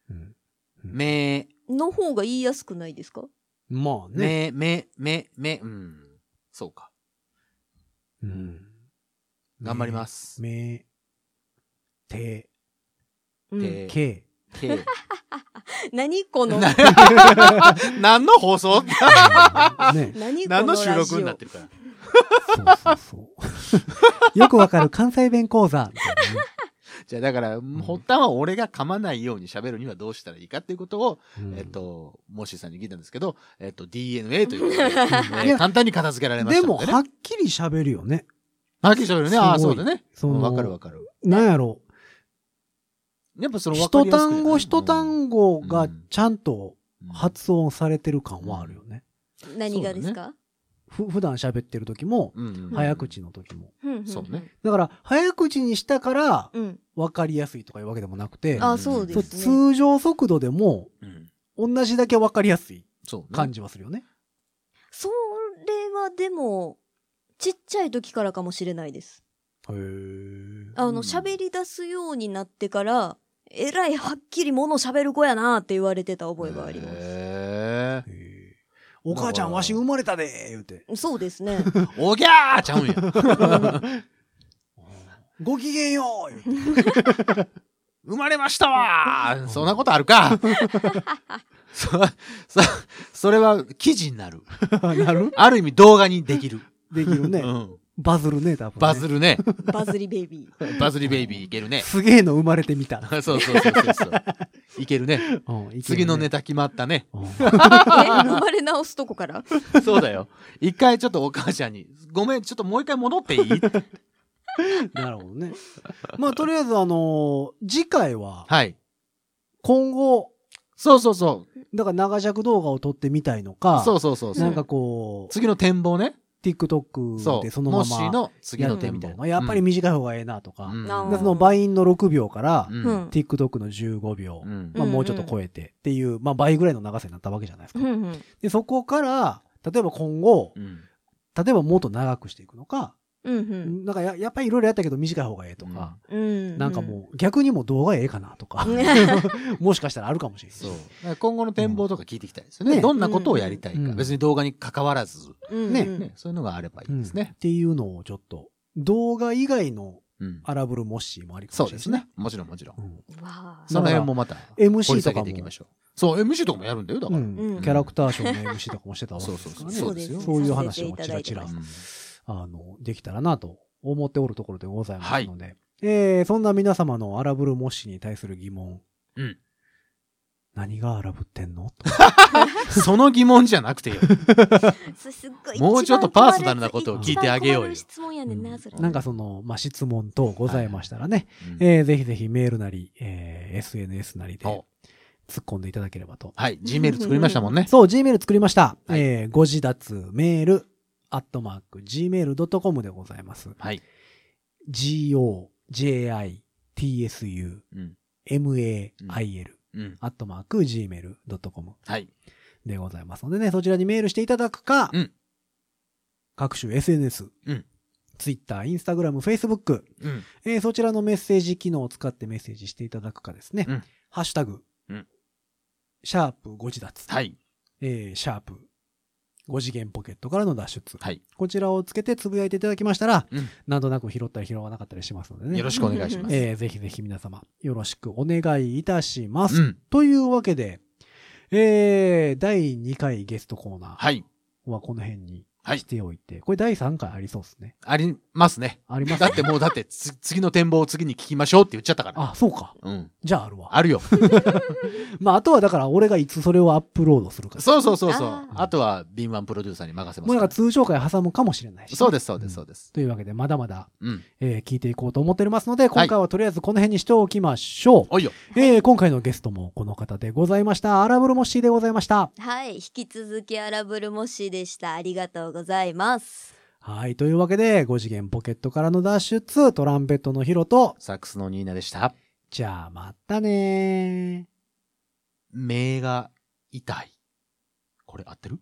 [SPEAKER 2] うん
[SPEAKER 3] め、
[SPEAKER 1] の方が言いやすくないですか
[SPEAKER 2] まあね。
[SPEAKER 3] め、め、め、め、うん。そうか。
[SPEAKER 2] うん
[SPEAKER 3] 頑張りま。す。
[SPEAKER 2] め、て、
[SPEAKER 1] うん
[SPEAKER 3] て
[SPEAKER 2] K。
[SPEAKER 3] K
[SPEAKER 1] 何この
[SPEAKER 3] な何の放 送
[SPEAKER 2] ね。
[SPEAKER 1] 何こ
[SPEAKER 3] 何
[SPEAKER 1] の
[SPEAKER 3] の
[SPEAKER 1] ラジ
[SPEAKER 3] 収
[SPEAKER 1] オ
[SPEAKER 3] 録になってるから。
[SPEAKER 2] そうそう そう。よくわかる関西弁講座みたいなね
[SPEAKER 3] じゃあだから、発端は俺が噛まないように喋るにはどうしたらいいかっていうことを、
[SPEAKER 2] うん
[SPEAKER 3] えっと、モッシーさんに聞いたんですけど、えっと、DNA という ことで、
[SPEAKER 2] い
[SPEAKER 3] えー
[SPEAKER 2] や
[SPEAKER 3] 簡単に片付けられまし
[SPEAKER 2] で
[SPEAKER 3] た
[SPEAKER 2] も、
[SPEAKER 3] ので、ね。
[SPEAKER 2] はっきり喋るよね。
[SPEAKER 3] はっきり喋るね。ああ、
[SPEAKER 2] す
[SPEAKER 3] そ
[SPEAKER 2] ご
[SPEAKER 3] う
[SPEAKER 2] い
[SPEAKER 3] だね。
[SPEAKER 2] その
[SPEAKER 3] わかるわかる。
[SPEAKER 2] なんやろ
[SPEAKER 3] やっぱその
[SPEAKER 2] 一単語一
[SPEAKER 3] 語。
[SPEAKER 2] 単語がちゃんと発音されてる感はあるよね。
[SPEAKER 1] 何がですか
[SPEAKER 2] ふ普段喋ってる時も、
[SPEAKER 3] うんうん
[SPEAKER 2] 早口の時も。
[SPEAKER 1] うんんん
[SPEAKER 3] そうね。
[SPEAKER 2] だから、早口にしたから
[SPEAKER 1] うん
[SPEAKER 2] 分かりやすいとかいうわけでもなくて、
[SPEAKER 1] あそうで
[SPEAKER 2] そう
[SPEAKER 1] すね
[SPEAKER 2] 通常速度でも
[SPEAKER 3] うん
[SPEAKER 2] 同じだけ分かりやすい
[SPEAKER 3] そうね。
[SPEAKER 2] 感じはするよね。
[SPEAKER 1] それはでもちっちゃい時からかもしれないです
[SPEAKER 2] へー
[SPEAKER 1] あ
[SPEAKER 3] うん
[SPEAKER 1] の喋り出すようになってからえらいはっきりもの喋る子やなって言われてた覚えがあります
[SPEAKER 3] へ
[SPEAKER 2] へーお母ちゃんわし生まれたでー言うて。
[SPEAKER 1] そうです ね
[SPEAKER 3] ーおぎゃーちゃうんや。
[SPEAKER 2] ごきげんよう言うて
[SPEAKER 3] 生まれましたわーそんなことあ るかそ、そ、それは記事に なる。
[SPEAKER 2] なる
[SPEAKER 3] ある意味動画にできる。
[SPEAKER 2] できる
[SPEAKER 3] う
[SPEAKER 2] ね。
[SPEAKER 3] ん。
[SPEAKER 2] バズるね、多分、ね。
[SPEAKER 3] バズるね。
[SPEAKER 1] バズりベイビ ー
[SPEAKER 3] バズりベイビーいけるね。
[SPEAKER 2] すげえの生まれてみた。
[SPEAKER 3] そうそうそうそう そう。いけるね。
[SPEAKER 2] うんいけるね
[SPEAKER 3] 次のネタ決まったね。
[SPEAKER 2] うん
[SPEAKER 1] え生まれ直すとこから
[SPEAKER 3] そうだよ。一回ちょっとお母ちゃんに、ごめん、ちょっともう一回戻って いい
[SPEAKER 2] なるほどね。まあ、とりあえず、あのー次回は、
[SPEAKER 3] はい。
[SPEAKER 2] 今後、
[SPEAKER 3] そうそうそう。
[SPEAKER 2] だから長尺動画を撮ってみたいのか、
[SPEAKER 3] そうそうそうそう。
[SPEAKER 2] なんかこう、
[SPEAKER 3] 次の展望ね。
[SPEAKER 2] TikTok
[SPEAKER 3] そ
[SPEAKER 2] で
[SPEAKER 3] う。
[SPEAKER 2] その
[SPEAKER 3] も
[SPEAKER 2] ま
[SPEAKER 3] し
[SPEAKER 2] ま、
[SPEAKER 3] の次の展望。
[SPEAKER 2] やっぱり短い方がええなとか、
[SPEAKER 3] うん、
[SPEAKER 1] な
[SPEAKER 2] でその倍音の6秒から、
[SPEAKER 3] う
[SPEAKER 1] うんん、うん
[SPEAKER 2] TikTok の15秒、
[SPEAKER 3] うん
[SPEAKER 2] まあ、もうちょっと超えてっていう、まあ、倍ぐらいの長さになったわけじゃないです
[SPEAKER 1] う
[SPEAKER 2] か。
[SPEAKER 1] んうん
[SPEAKER 2] でそこから、例えば今後
[SPEAKER 3] う、ん
[SPEAKER 2] 例えばもっと長くしていくのか、
[SPEAKER 1] うん
[SPEAKER 2] なんかややっぱりいろいろやったけど短い方がええと
[SPEAKER 3] うん
[SPEAKER 2] か、
[SPEAKER 1] うん
[SPEAKER 2] なんかもう逆にもう動画ええかなとか、もしかしたらあるかもしれない。
[SPEAKER 3] そう。だから今後の展望とか聞いていきたいですよね。
[SPEAKER 2] ね
[SPEAKER 3] どんなことをやりたいか。
[SPEAKER 2] うん
[SPEAKER 3] 別に動画に関わらず、
[SPEAKER 1] うん
[SPEAKER 2] ね
[SPEAKER 3] ね、そういうのがあればいい
[SPEAKER 2] うん
[SPEAKER 3] ですね
[SPEAKER 2] っ。ていうのをちょっと、動画以外の
[SPEAKER 3] うん
[SPEAKER 2] 荒ぶるモッシーもありか
[SPEAKER 3] そ
[SPEAKER 2] も
[SPEAKER 3] う
[SPEAKER 2] しれ
[SPEAKER 3] で
[SPEAKER 2] ない
[SPEAKER 3] すね。もちろんもちろん。
[SPEAKER 2] うん
[SPEAKER 1] わあ
[SPEAKER 3] その辺もまた、掘り
[SPEAKER 2] MC
[SPEAKER 3] 下
[SPEAKER 2] と
[SPEAKER 3] げ
[SPEAKER 2] か
[SPEAKER 3] ていき
[SPEAKER 2] も
[SPEAKER 3] ま、しょう。そう、MC とかもやるんだよ、だから。
[SPEAKER 2] う
[SPEAKER 3] うん
[SPEAKER 2] ん
[SPEAKER 1] うん
[SPEAKER 2] キャラクターショーの MC とかもしてたわけですからね。
[SPEAKER 3] そうですよ
[SPEAKER 2] そういう話もちらちら
[SPEAKER 1] うん
[SPEAKER 2] あの、できたらなと思っておるところでございますので、えー、そんな皆様の荒ぶるモッシーに対する疑問、
[SPEAKER 3] うん
[SPEAKER 2] 何が荒ぶってんのと
[SPEAKER 3] その疑問じゃなくてよ。
[SPEAKER 1] そすっごい
[SPEAKER 3] もうちょっとパーソナルなことを聞いてあげよう
[SPEAKER 1] 一番困
[SPEAKER 3] よ
[SPEAKER 1] る質問やねんな、それ。
[SPEAKER 2] なんかその、まあ、質問等ございましたらね、
[SPEAKER 3] う ん
[SPEAKER 2] えーぜひぜひメールなり、えー SNS なりで
[SPEAKER 3] お
[SPEAKER 2] 突っ込んでいただければと。
[SPEAKER 3] はい、Gmail 作りましたもんね。
[SPEAKER 2] そう、Gmail 作りました。
[SPEAKER 3] はい
[SPEAKER 2] えーご自立メール、アットマーク、gmail.com でございます。
[SPEAKER 3] はい。
[SPEAKER 2] g-o-j-i-t-s-u-m-a-i-l、
[SPEAKER 3] うん。うん。
[SPEAKER 2] アットマーク、gmail.com
[SPEAKER 3] はい。
[SPEAKER 2] でございますのでね、そちらにメールしていただくか、
[SPEAKER 3] うん
[SPEAKER 2] 各種 SNS、
[SPEAKER 3] うん、
[SPEAKER 2] Twitter、Instagram、Facebook、
[SPEAKER 3] うん。
[SPEAKER 2] えーそちらのメッセージ機能を使ってメッセージしていただくかですね。
[SPEAKER 3] うん
[SPEAKER 2] ハッシュタグ、
[SPEAKER 3] うん
[SPEAKER 2] シャープ5次脱、
[SPEAKER 3] はい。
[SPEAKER 2] えーシャープ5次元ポケットからの脱出、
[SPEAKER 3] はい。
[SPEAKER 2] こちらをつけてつぶやいていただきましたら、
[SPEAKER 3] うん
[SPEAKER 2] なんとなく拾ったり拾わなかったりしますのでね。
[SPEAKER 3] よろしくお願いします。
[SPEAKER 2] えーぜひぜひ皆様、よろしくお願いいたします。
[SPEAKER 3] うん。
[SPEAKER 2] というわけで、えー第2回ゲストコーナ
[SPEAKER 3] はい。
[SPEAKER 2] ーはこの辺に
[SPEAKER 3] はい
[SPEAKER 2] しておいて、これ第3回ありそうですね。
[SPEAKER 3] ありますね。
[SPEAKER 2] あります
[SPEAKER 3] だってもう、だって、つ次の展望を次に聞きましょうって言っちゃったから。
[SPEAKER 2] あ、そうか。
[SPEAKER 3] うん。
[SPEAKER 2] じゃああるわ。
[SPEAKER 3] あるよ。
[SPEAKER 2] まあ、あとはだから俺がいつそれをアップロードするか。
[SPEAKER 3] そうそうそうそう。
[SPEAKER 1] あ
[SPEAKER 3] あ
[SPEAKER 2] ー
[SPEAKER 3] とは、敏腕プロデューサーに任せま
[SPEAKER 2] もう
[SPEAKER 3] す
[SPEAKER 2] なんから
[SPEAKER 3] か。
[SPEAKER 2] 通常回挟むかもしれないしね、
[SPEAKER 3] そうです、そうです、そうです。
[SPEAKER 2] というわけで、まだまだ、
[SPEAKER 3] うん。
[SPEAKER 2] えー聞いていこうと思っておりますので、今回はとりあえずこの辺にしておきましょう。
[SPEAKER 3] おいよ。
[SPEAKER 2] えー今回のゲストもこの方でございました。アラブルモッシーでございました。
[SPEAKER 1] はい、引き続きアラブルモッシーでした。ありがとうございます。
[SPEAKER 2] はい。というわけで、5次元ポケットからの脱出、トランペットのヒロと、
[SPEAKER 3] サックスのニーナでした。
[SPEAKER 2] じゃあまたねー。
[SPEAKER 3] 目が痛い。これ合ってる